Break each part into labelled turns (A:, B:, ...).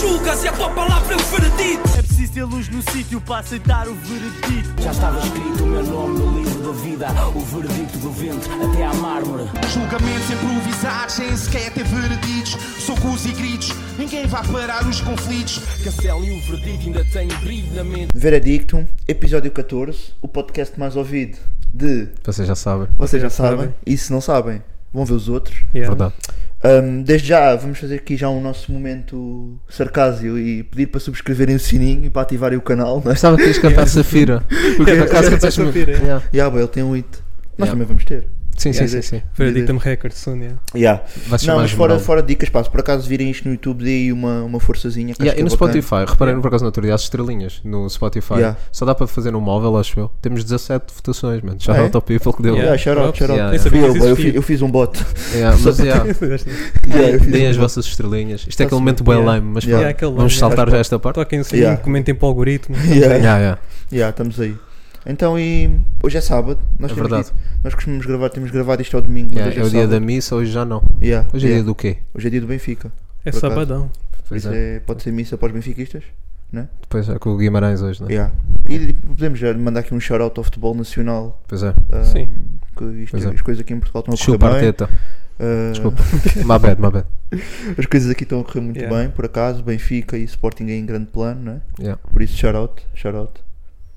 A: julgas e a tua palavra é o veredito.
B: É preciso ter luz no sítio para aceitar o veredito.
C: Já estava escrito o meu nome no livro da vida, o veredito do vento até à mármore.
D: Julgamentos improvisados, sem sequer ter vereditos. Socos e gritos, ninguém vai parar os conflitos.
E: Castelo e o veredito ainda têm brilho na mente.
F: Veredictum, episódio 14, o podcast mais ouvido de.
G: Vocês já sabem.
F: Vocês já sabem, e se não sabem, vão ver os outros.
B: Yeah.
G: Verdade.
F: Ahm, desde já, vamos fazer aqui já um nosso momento sarcásio e pedir para subscreverem o sininho e para ativarem o canal, não é?
G: Estava a querer cantar Safira. Porque por acaso cantaste muito.
B: Safira.
G: Yeah.
F: Yeah, boy, ele tem um hit. Nós
G: Yeah.
F: também vamos ter.
G: Sim, sim, sim,
F: Yeah,
G: sim.
B: Foi a Dictam Record, Sônia.
F: Yeah.
G: Vai
F: Não,
G: chamar
F: mas fora,
G: Esmeralda.
F: fora de dicas, pá, se por acaso virem isto no YouTube, deem uma, uma forçazinha. que acho
G: Yeah,
F: que
G: e
F: é
G: no
F: bacana.
G: Spotify, reparei por acaso na autoridade, as estrelinhas no Spotify
F: Yeah.
G: só dá para fazer no móvel, acho eu. Temos 17 votações, mano. Já
F: Ah, é?
G: out ao people que deu.
F: Yeah,
B: Yeah.
F: shout out, shout out.
G: Yeah,
B: Nem
G: yeah.
B: sabia
F: Fui eu,
B: que
F: boy, eu,
B: existia.
F: fiz, eu fiz um bot.
G: Yeah, mas Tá. yeah,
F: Yeah, eu fiz
G: deem
F: um
G: as
F: bot.
G: vossas estrelinhas. Isto é
F: Tá-se
G: aquele
F: bem.
G: momento bem
B: Yeah.
G: lame, mas
F: Yeah.
G: pronto,
B: Yeah, aquele
G: vamos
B: lame,
G: saltar já esta parte.
B: Toquem o sininho,
F: Yeah.
B: comentem para o algoritmo. É
F: Yeah.
G: Yeah, yeah.
F: Yeah, estamos aí. Então, e hoje é sábado. Nós
G: É
F: temos
G: verdade.
F: dito- nós costumamos gravar, temos gravado isto ao domingo. mas
G: Yeah,
F: hoje
G: É o dia da
F: sábado.
G: missa, hoje já não.
F: Yeah,
G: Hoje é
F: um. yeah.
G: dia do quê?
F: Hoje é dia do Benfica.
B: É
F: Por acaso.
B: sabadão.
F: Por
G: Pois
F: isso
G: é.
F: é- pode ser missa para os benfiquistas.
G: Pois é, com o Guimarães hoje, não é?
F: Yeah. E podemos já mandar aqui um shout out ao futebol nacional.
G: Pois é.
F: ah,
B: Sim.
F: Que isto,
G: Pois é.
F: As coisas aqui em Portugal estão a correr
G: Chupa a
F: bem.
G: teta.
F: Ah,
G: Desculpa. my bad, my bad.
F: As coisas aqui estão a correr muito
B: Yeah.
F: bem, por acaso. Benfica e Sporting em grande plano, não é?
G: Yeah.
F: Por isso, shout out. Shout out.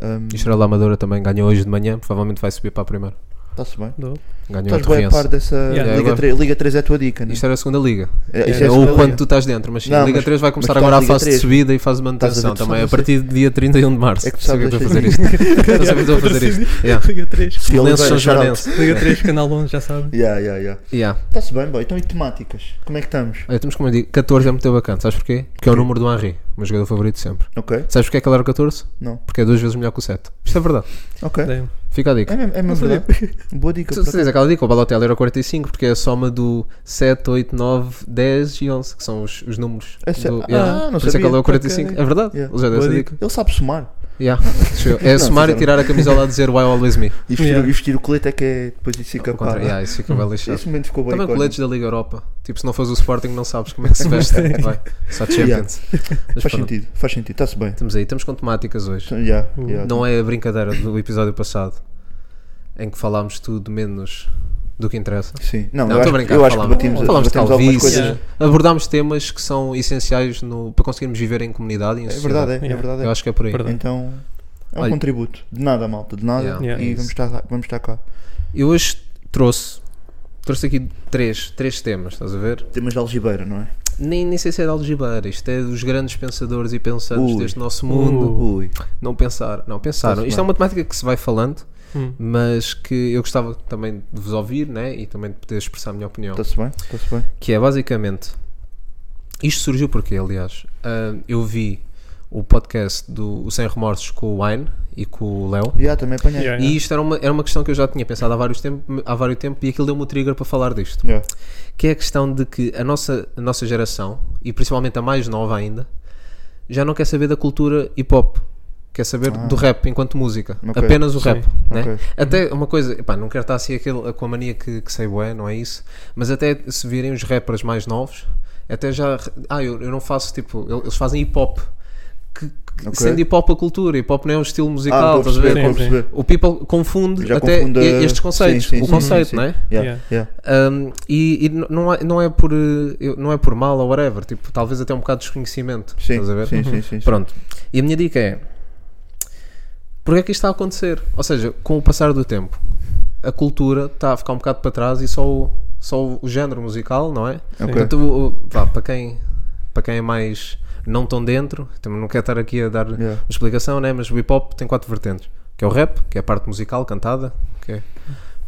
F: Um,
G: E Estrela Amadora também ganhou hoje de manhã, provavelmente vai subir para a primeira.
F: Está-se bem.
B: Dou.
G: Ganhou a
F: Estás bem a par
G: Torriense.
F: dessa
B: Yeah.
F: Liga,
G: Agora-
F: 3, Liga 3 é a tua dica, né?
G: Isto era a segunda liga.
F: é,
B: isto é
F: a
G: ou
F: segunda
G: quando
F: liga.
G: tu estás dentro, mas sim,
F: Não,
G: a Liga
F: mas-
G: 3 vai começar
F: mas tu
G: agora a
F: estás na Liga
G: fase de
F: 3.
G: subida e fase de
F: Estás a
G: manutenção
F: ver, tu
G: também, a
F: sabes
G: partir do dia 31 de março.
F: É que tu sabes
G: Sei que eu
F: estas
G: estou a fazer isto. Eu sei que eu estou a fazer isto. Yeah.
B: Liga 3.
F: Sim,
G: Lenço
F: Oliveira,
G: São
F: shout out.
G: Joanense.
B: Liga 3, canal 11, já sabem.
F: é Yeah, yeah, yeah.
G: Yeah.
F: Está-se bem, boy. Então, e temáticas? Como é que estamos?
G: Olha, temos como eu digo, 14 é muito bacana, sabes porquê? Porque é o número do Henri, o meu jogador favorito sempre.
F: Ok,
G: Sabes porquê é que ele era o 14?
F: Não.
G: Porque é duas vezes melhor que o 7. Isto é verdade.
F: ok.
B: Damn.
G: Fica a dica.
F: É mesmo, é mesmo
B: sabia.
F: verdade. Boa dica.
G: Se
F: por
G: se tens aquela dica, o Balotelli era o 45, porque é a soma do 7, 8, 9 10 e 11, que são os, os números.
F: É sé-
G: do-
F: Ah,
G: yeah.
F: não
G: Por isso é que
F: sabia.
G: ele é o 45.
F: Ok.
G: É verdade?
F: Yeah.
G: Ele já deu
B: Boa
G: essa
B: dica.
G: dica.
F: Ele sabe somar.
G: Yeah. Deixa eu- É
F: Não,
G: somar e
F: fizeram.
G: tirar a camisola a dizer Why Always Me.
F: E vestir,
B: Yeah.
F: e vestir o colete é que é depois isso fica
G: Ao contrário,
F: pá.
G: yeah, isso fica bem lixado.
F: Esse momento ficou bem
G: Também
F: é icónico.
G: coletes da Liga Europa. Tipo, se não fores o Sporting, não sabes como é que se veste. Vai, só Champions. Mas
F: Faz
G: pronto,
F: sentido, faz sentido. Está-se bem.
G: estamos aí. Estamos com temáticas hoje.
F: Então, yeah, yeah.
G: Não é a brincadeira do episódio passado em que falámos tudo menos do que interessa.
F: Sim. Não, eu,
G: Não, tô
F: acho,
G: a brincar,
F: eu acho que
G: falámos-
F: batimos,
G: falámos de
F: batimos algumas
G: calvície.
F: coisas.
B: Yeah.
G: É. Abordámos temas que são essenciais no- para conseguirmos viver em comunidade. e em
F: É
G: sociedade.
F: verdade, é, é
B: Yeah.
F: verdade. é.
G: Eu acho que é por aí.
B: Verdade.
F: Então, é um
G: Olha-
F: contributo. De nada, malta, de nada.
G: Yeah. É
B: Yeah.
F: E
B: Isso.
F: vamos estar, lá- vamos estar cá.
G: Eu hoje trouxe. Trouxe aqui três, três temas, estás a ver?
F: Temas de algibeira, não é?
G: Nem, nem sei se é de algibeira, isto é dos grandes pensadores e pensantes
F: Ui.
G: deste nosso mundo.
F: Ui.
G: Não pensaram, não pensaram.
F: Está-se
G: Isto é
F: bem.
G: uma temática que se vai falando,
B: Hum.
G: mas que eu gostava também de vos ouvir né? e também de poder expressar a minha opinião.
F: Está-se bem? Está-se bem?
G: Que é basicamente. Isto surgiu porque, aliás, ah, eu vi o podcast do o Sem Remorsos com o Wine e com o Léo.
F: Já, também apanhei.
B: Yeah,
G: E
B: yeah.
G: isto era uma, era uma questão que eu já tinha pensado há vários tempo, há vários tempo e aquilo deu-me o trigger para falar disto.
F: Yeah.
G: Que é a questão de que a nossa, a nossa geração, e principalmente a mais nova ainda, já não quer saber da cultura hip hop. Quer saber do rap enquanto música.
F: Ok.
G: Apenas o
B: Sim.
G: rap. Né?
F: Ok.
G: Até uma coisa, epá, não quero estar assim aquele, com a mania que, que sei bué, não é isso? Mas até se virem os rappers mais novos, até já. Ah, eu, eu não faço tipo. Eles fazem hip hop. Que, que-
F: Ok.
G: Sendo hip hop a cultura, hip hop não é um estilo
F: Ah,
G: musical,
F: estou a
G: estás a
F: perceber, estou
G: ver?
F: a
B: Sim, sim.
F: perceber.
G: O people confunde
F: Já
G: até
F: confundo
G: e- estes conceitos, o conceito, não é?
F: Yeah, yeah.
G: Um, e e n- não, é, não é por eh, eu- não é por mal ou whatever, tipo, talvez até um bocado de desconhecimento,
F: Sim,
G: estás a ver? Uhum.
F: sim, sim, sim, sim.
G: Pronto. E a minha dica é: porque é que isto está a acontecer? Ou seja, com o passar do tempo, a cultura está a ficar um bocado para trás e só o, só o- o género musical, não é?
F: Ok.
G: Portanto, o- o- vá, para quem, para quem é mais não tão dentro, também não quero estar aqui a dar
F: Yeah.
G: uma explicação, né? mas o hip hop tem quatro vertentes: que é o rap, que é a parte musical, cantada, que é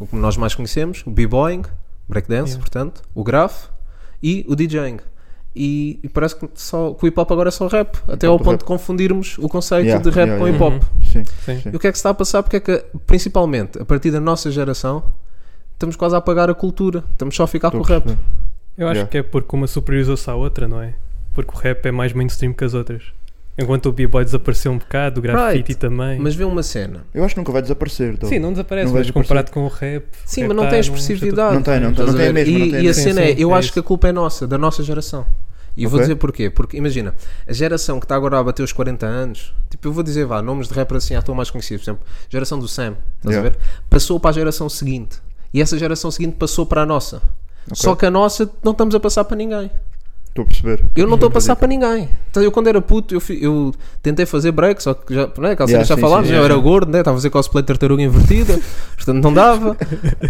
G: o que nós mais conhecemos, o b-boying, breakdance, portanto, o graph e o DJing. E, e parece que, só, que o hip hop agora é só rap, até ao
F: é
G: ponto
F: rap.
G: de confundirmos o conceito
F: Yeah,
G: de rap
F: yeah,
G: com
F: yeah.
G: hip hop.
F: Sim.
B: Sim.
G: E o que é que se está a passar? Porque é que, principalmente, a partir da nossa geração, estamos quase a apagar a cultura, estamos só a ficar com o
F: a
G: rap.
F: perceber.
B: Eu acho
F: Yeah.
B: que é porque uma superiorizou-se à outra, não é? Porque o rap é mais mainstream que as outras. Enquanto o b-boy desapareceu um bocado, o grafite
G: Right.
B: também.
G: Mas vê uma cena.
F: Eu acho que nunca vai desaparecer. Dom.
B: Sim, não desaparece,
F: então, Não vai
B: mas comparado com o rap.
G: Sim,
B: o rap
G: mas não
B: tá
G: tem
B: num
G: expressividade.
F: Não tem, não tem,
G: um Estás
F: não tem
G: a ver?
F: mesmo, não
G: E,
F: tem
G: e a
F: mesmo.
G: cena
B: Sim,
G: é,
B: sim,
G: eu
B: é
G: acho
B: isso.
G: que a culpa é nossa, da nossa geração. E vou
F: Ok.
G: dizer porquê. Porque imagina, a geração que está agora a bater os 40 anos, tipo, eu vou dizer, vá, nomes de rapper assim à toa mais conhecidos, por exemplo, geração do Sam, estás
F: Yeah.
G: a ver? Passou para a geração seguinte. E essa geração seguinte passou para a nossa. Só que a nossa não estamos a passar para ninguém.
F: Estou a perceber.
G: Eu não estou a passar para ninguém. Então, Eu quando era puto, eu, fi- eu tentei fazer break, só que já, não é, calcinha
F: Yeah,
G: já
F: sim,
G: falámos,
F: sim,
G: eu
F: sim.
G: era gordo, né? estava a fazer cosplay de tartaruga invertida, portanto não dava.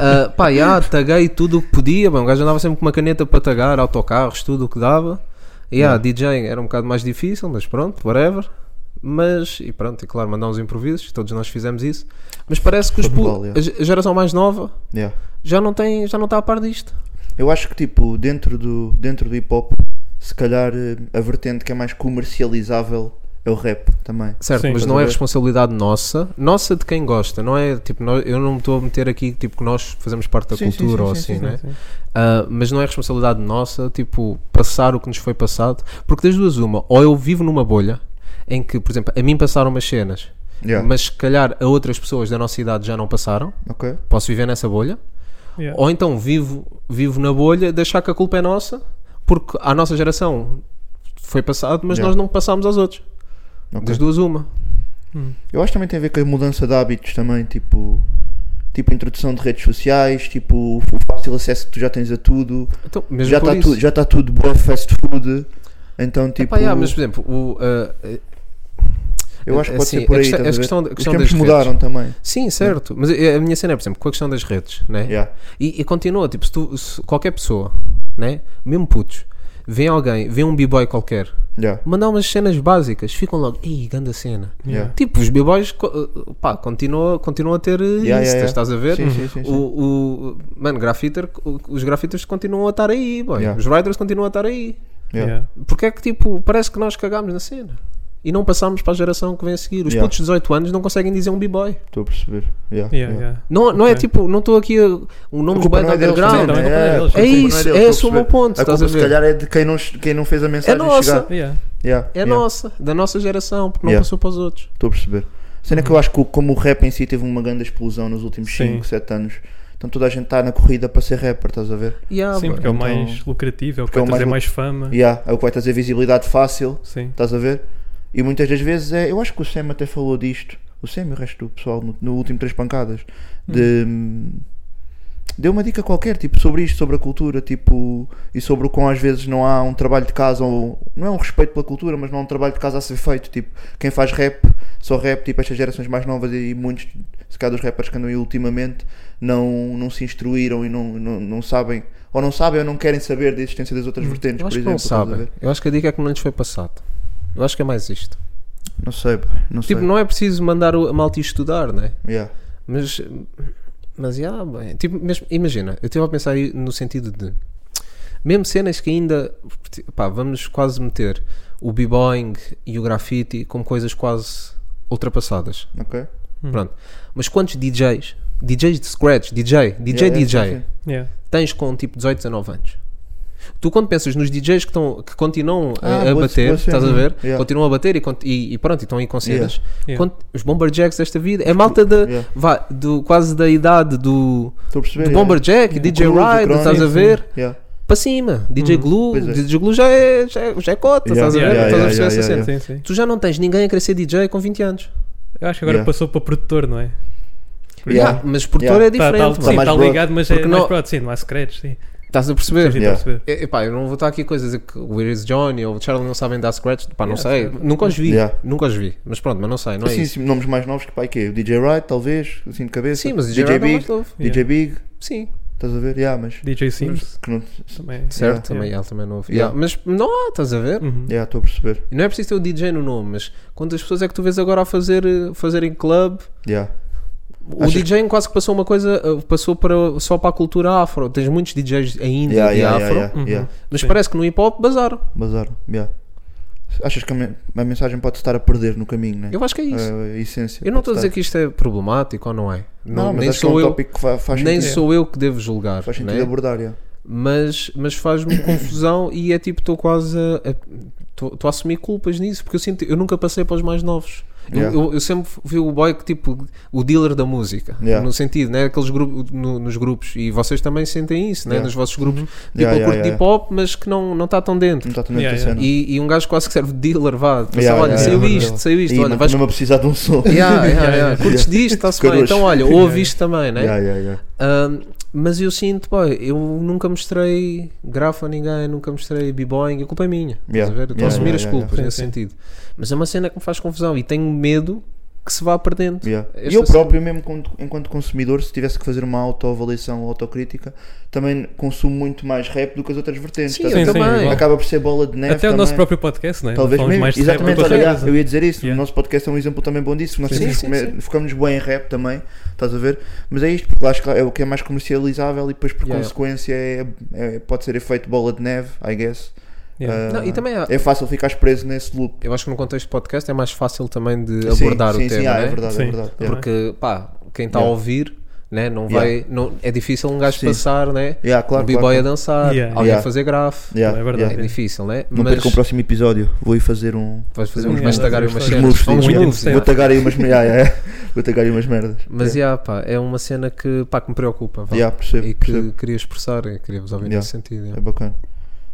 G: Ah, pá, já, taguei tudo o que podia, bom, o gajo andava sempre com uma caneta para tagar, autocarros, tudo o que dava. E yeah, DJ era um bocado mais difícil, mas pronto, whatever. Mas, e pronto, e claro, mandámos improvisos, todos nós fizemos isso. Mas parece que os
F: Foi
G: pu-
F: brutal, yeah.
G: a ge- a geração mais nova
F: Yeah.
G: já não, tem, já não está a par disto.
F: Eu acho que tipo, dentro do, dentro do hip hop, se calhar eh, a vertente que é mais comercializável é o rap também.
G: Certo,
B: Sim.
G: mas
F: Estás
G: não
F: a
G: é
F: ver?
G: responsabilidade nossa, nossa de quem gosta, não é? Tipo, nó- eu não me estou a meter aqui tipo que nós fazemos parte da
F: Sim, sim,
G: cultura
F: sim,
G: ou
F: sim,
G: assim,
F: sim,
G: não é?
B: sim, sim.
G: Ah, mas não é responsabilidade nossa, tipo, passar o que nos foi passado, porque das duas uma, ou eu vivo numa bolha em que, por exemplo, a mim passaram umas cenas,
F: Yeah.
G: mas se calhar a outras pessoas da nossa idade já não passaram,
F: Ok?
G: posso viver nessa bolha,
B: Yeah.
G: ou então vivo, vivo na bolha de achar que a culpa é nossa, porque a nossa geração foi passado, mas
F: Yeah.
G: nós não passámos aos outros.
F: Ok.
G: Das duas uma.
F: Eu acho que também tem a ver com a mudança de hábitos também, tipo. Tipo, introdução de redes sociais, tipo, o fácil acesso que tu já tens a tudo,
G: Então, mesmo
F: já
G: por
F: está
G: isso.
F: tudo, já está tudo boa fast food, então tipo,
G: Epá, yeah, mas por exemplo, o, ah, eh,
F: eu acho que pode
G: assim,
F: ser por
G: a
F: aí,
G: questão-
F: estás
G: a
F: a ver?
G: questão- a questão
F: Os
G: das
F: tempos mudaram também,
G: sim, certo, mas a a minha cena é, por exemplo, com a questão das redes, né?
F: yeah.
G: E, e continua, tipo, se tu, se qualquer pessoa, né? Mesmo putos, vê alguém, vê um b-boy qualquer,
F: Yeah.
G: mandar umas cenas básicas, ficam logo, ei, ganda cena.
F: Yeah.
G: Tipo, os b-boys, co- eh, pá, continuam continua a ter eh,
F: Yeah, yeah,
G: instas,
F: yeah.
G: estás a ver? Uhum.
F: Sim, sim, sim, sim.
G: O, o- mano, grafiter, o- os grafiters continuam a estar aí, boy.
F: Yeah.
G: Os writers continuam a estar aí.
F: Yeah.
B: Yeah.
G: Porque é que tipo, parece que nós cagámos na cena e não passámos para a geração que vem a seguir. Os
F: Yeah.
G: putos de 18 anos não conseguem dizer um b-boy.
F: Estou a perceber. Yeah,
B: Yeah,
F: yeah.
B: yeah.
G: Não, não é
B: Ok.
G: tipo, não estou aqui a, um nome
F: A
G: de
F: culpa
G: banda
F: não é deles
G: underground.
F: também,
B: não é?
F: né?
B: É
F: A culpa não
G: isso,
F: deles,
G: é
F: estou a
G: esse o meu
F: perceber.
G: ponto,
F: A
G: estás
F: culpa
G: a
F: se
G: ver? É
F: calhar é de quem não, quem não fez a mensagem
G: nossa.
F: chegar.
B: Yeah.
F: Yeah,
G: É
F: né? yeah.
G: nossa, da nossa geração, porque não
F: Yeah.
G: passou para os outros.
F: Estou a perceber. Sendo que eu acho que o- como o rap em si teve uma grande explosão nos últimos
B: Sim.
F: 5, 7 anos, então toda a gente está na corrida para ser rapper, estás a ver?
G: Yeah,
B: Sim,
G: Ah, bro.
B: porque é o
F: Então-
B: mais lucrativo, é o que
F: Porque é
B: vai
F: o
B: trazer mais
F: mais
B: fama.
F: Yeah, é o que vai trazer visibilidade fácil,
B: Sim.
F: estás a ver? E muitas das vezes é. Eu acho que o Sam até falou disto, o Sam e o resto do pessoal no, no último Três Pancadas, de. hum, Deu uma dica qualquer, tipo, sobre isto, sobre a cultura, tipo, e sobre o quão às vezes não há um trabalho de casa, ou não é um respeito pela cultura, mas não há um trabalho de casa a ser feito, tipo, quem faz rap, só rap, tipo, estas gerações mais novas e muitos, se calhar, dos rappers que andam aí ultimamente, não, não se instruíram e não, não, não sabem, ou não sabem ou não querem saber da existência das outras vertentes, por
G: Hum, Eu acho que
F: exemplo,
G: não
F: estás a
G: sabem.
F: ver?
G: Eu acho que a dica é que não lhes foi passado. Eu acho que é mais isto.
F: Não sei, pá, não
G: Tipo,
F: sei.
G: não é preciso mandar o- a malta ir estudar, né?
F: Yeah.
G: Mas, mas yeah, bem, tipo, mesmo, imagina, eu estive a pensar aí no sentido de mesmo cenas que ainda pá, vamos quase meter o b-boying e o graffiti como coisas quase ultrapassadas.
F: Ok?
G: Pronto. Mas quantos DJs, DJs de scratch, DJ, DJ,
F: Yeah, yeah,
G: DJ,
F: sim, sim.
B: Yeah.
G: tens com tipo 18, 19 anos? Tu quando pensas nos DJs que, estão, que continuam a,
F: Ah,
G: a
F: boa-
G: bater,
F: boa cena,
G: estás a ver?
F: yeah.
G: Continuam a bater e, cont- e, e pronto, e estão aí com cenas.
B: Yeah.
G: Quant- Os Bomberjacks desta vida, é malta da
F: Yeah.
G: vá, do, quase da idade do,
F: Estou a perceber.
G: do
F: yeah.
G: Bomberjack, DJ
F: Glue, do
G: Ride,
F: Cronos,
G: estás a
F: sim.
G: ver?
F: Yeah.
G: Para cima, DJ
B: Uhum.
G: Glue,
F: Pois é.
G: DJ Glue já é, já é, já é cota,
F: Yeah,
G: estás a ver?
B: yeah,
G: estás a
F: yeah,
G: perceber
F: yeah,
G: essa cena.
F: yeah,
B: Sim, sim.
G: Tu já não tens ninguém a querer ser DJ com 20 anos.
B: Eu acho que agora
F: Yeah.
B: passou para produtor, não é?
G: é
B: Por
F: Yeah.
B: exemplo.
G: Mas produtor
F: Yeah.
G: é
B: Tá- tá-
G: diferente,
B: sim,
G: mano.
F: mais
B: tá
F: broad.
B: ligado, mas é
G: Porque
B: mais
G: não-
B: pronto, sim, não há secretos, sim.
G: estás a
B: Mas
G: perceber?
B: ainda
F: Yeah.
B: a perceber.
G: E- Epá, eu não vou estar aqui coisas que o It is Johnny ou o Charlie não sabem dar scratch, pá, não
B: Yeah,
G: sei,
B: certo.
G: nunca os vi,
F: Yeah.
G: nunca os vi, mas pronto, mas não sei, não é
F: Assim,
G: isso.
F: sim, nomes mais novos que pá, e quê? O DJ Wright, talvez, assim de cabeça.
G: Sim, mas o DJ, Ride é mais
F: Big,
G: novo.
F: DJ Big,
G: Sim,
F: estás a ver? Yeah, mas
B: DJ Sims
F: que não.
B: também.
G: certo,
F: Yeah.
G: também, ele também é novo.
F: Yeah.
G: Yeah, Mas não há, estás a ver?
B: Uhum.
F: Yeah, estou a perceber.
G: E Não é preciso ter o DJ no nome, mas quantas pessoas é que tu vês agora a fazer, eh, fazer em club?
F: Yeah.
G: O
F: Acho que-
G: DJ quase que passou uma coisa, eh, passou para, só para a cultura afro. Tens muitos DJs ainda
F: Yeah,
G: de
F: yeah,
G: afro,
F: yeah, yeah,
B: Uhum.
F: yeah.
G: mas
B: Sim.
G: parece que no hip hop bazaram.
F: Bazar. Yeah. Achas que a, men- a mensagem pode estar a perder no caminho, né?
G: Eu acho que é isso.
F: A essência.
G: eu não
F: pode
G: estou a dizer
F: estar-
G: que isto é problemático ou não é.
F: Não, mas
G: nem
F: acho que é
G: sou
F: um
G: eu,
F: tópico que fa- faz
G: nem
F: sentido,
G: sou eu que devo julgar.
F: faz
G: né?
F: sentido abordar. Yeah.
G: mas, mas faz-me confusão e é tipo, estou quase a- a estou a assumir culpas nisso, porque eu sinto, eu nunca passei para os mais novos. Eu-
F: Yeah.
G: Eu, eu sempre vi o boy que tipo o dealer da música,
F: Yeah.
G: no sentido, né? Aqueles grupos no- nos grupos, e vocês também sentem isso, né?
F: Yeah. Uhum.
G: Nos vossos grupos, tipo,
F: Yeah,
G: eu
F: yeah,
G: curto
F: yeah.
G: hip hop, mas que não não está tão dentro.
F: Não está também
B: Yeah,
F: a cena.
G: E, e um gajo quase que serve de dealer, vá. Pensa,
F: Yeah,
G: olha,
F: yeah,
G: saiu
F: yeah.
G: isto, saiu isto,
F: Ih,
G: olha,
F: mas
G: vais.
F: mesmo a precisar de um som.
G: Yeah, yeah, yeah. Curtes disto, está-se bem.
F: Caroço.
G: Então, olha, ouve isto também, né?
F: Yeah, yeah, yeah.
G: Ahm, mas eu sinto, pô, eu nunca mostrei grafo a ninguém, nunca mostrei b-boying, a culpa é minha. Estás
F: Yeah.
G: a ver? Eu Estou
F: Yeah,
G: a assumir
F: yeah,
G: as
F: yeah,
G: culpas
B: yeah.
G: nesse
B: Sim, sim.
G: sentido. Mas é uma cena que me faz confusão e tenho medo que se vá perdendo.
F: Yeah.
G: Esta
F: E eu próprio, mesmo quando- enquanto consumidor, se tivesse que fazer uma autoavaliação ou autocrítica, também consumo muito mais rap do que as outras vertentes.
G: Sim,
F: estás a
G: eu
F: ver?
B: Sim, sim,
G: também.
B: igual.
F: Acaba por ser bola de neve.
B: Até o
F: também.
B: nosso próprio podcast, né?
F: Talvez
B: Falamos
F: mesmo,
B: mais de rap,
F: exatamente,
B: outra
F: olha,
B: coisa.
F: eu ia dizer isso,
B: Yeah.
F: o nosso podcast é um exemplo também bom disso, nós
G: Sim,
F: sempre
G: sim,
F: come-
G: sim.
F: focamos bem em rap também, estás a ver? Mas é isto, porque lá acho que é o que é mais comercializável e depois por
G: Yeah.
F: consequência é, é- pode ser efeito bola de neve, I guess.
B: Yeah.
F: Ah,
G: Não, e também há-
F: é fácil ficares preso nesse loop.
G: Eu acho que no contexto de podcast é mais fácil também de
F: Sim,
G: abordar
F: sim,
G: o tema.
F: Sim, ah,
G: né?
F: é verdade,
B: Sim.
F: é verdade. yeah.
G: Porque, pá, quem está a
F: Yeah.
G: ouvir, né, não vai.
F: Yeah.
G: Não, é difícil um gajo
F: Sim.
G: passar, né?
F: Yeah, claro, claro,
G: um b-boy a
F: claro.
G: dançar,
B: Yeah.
G: alguém a
F: Yeah.
G: fazer grafo.
F: Yeah,
B: É verdade.
F: yeah.
G: É difícil, né?
F: Não percam o
G: mas
F: próximo episódio, vou ir fazer um...
G: vais fazer
B: Sim,
G: uns
B: yeah,
G: mastagar e
B: fazer
G: umas
B: uns
F: Os moves,
G: cenas. Ou uns
F: yeah.
G: moves,
F: Vou tagar aí umas, yeah, yeah. Vou tagar aí umas merdas.
G: um Mas
F: yeah.
G: yeah, pá, é uma cena que, pá, que me preocupa vá.
F: Yeah, percebo,
G: e que
F: percebo.
G: queria expressar e queria vos ouvir
F: Yeah.
G: nesse sentido.
F: É
G: yeah.
F: bacana.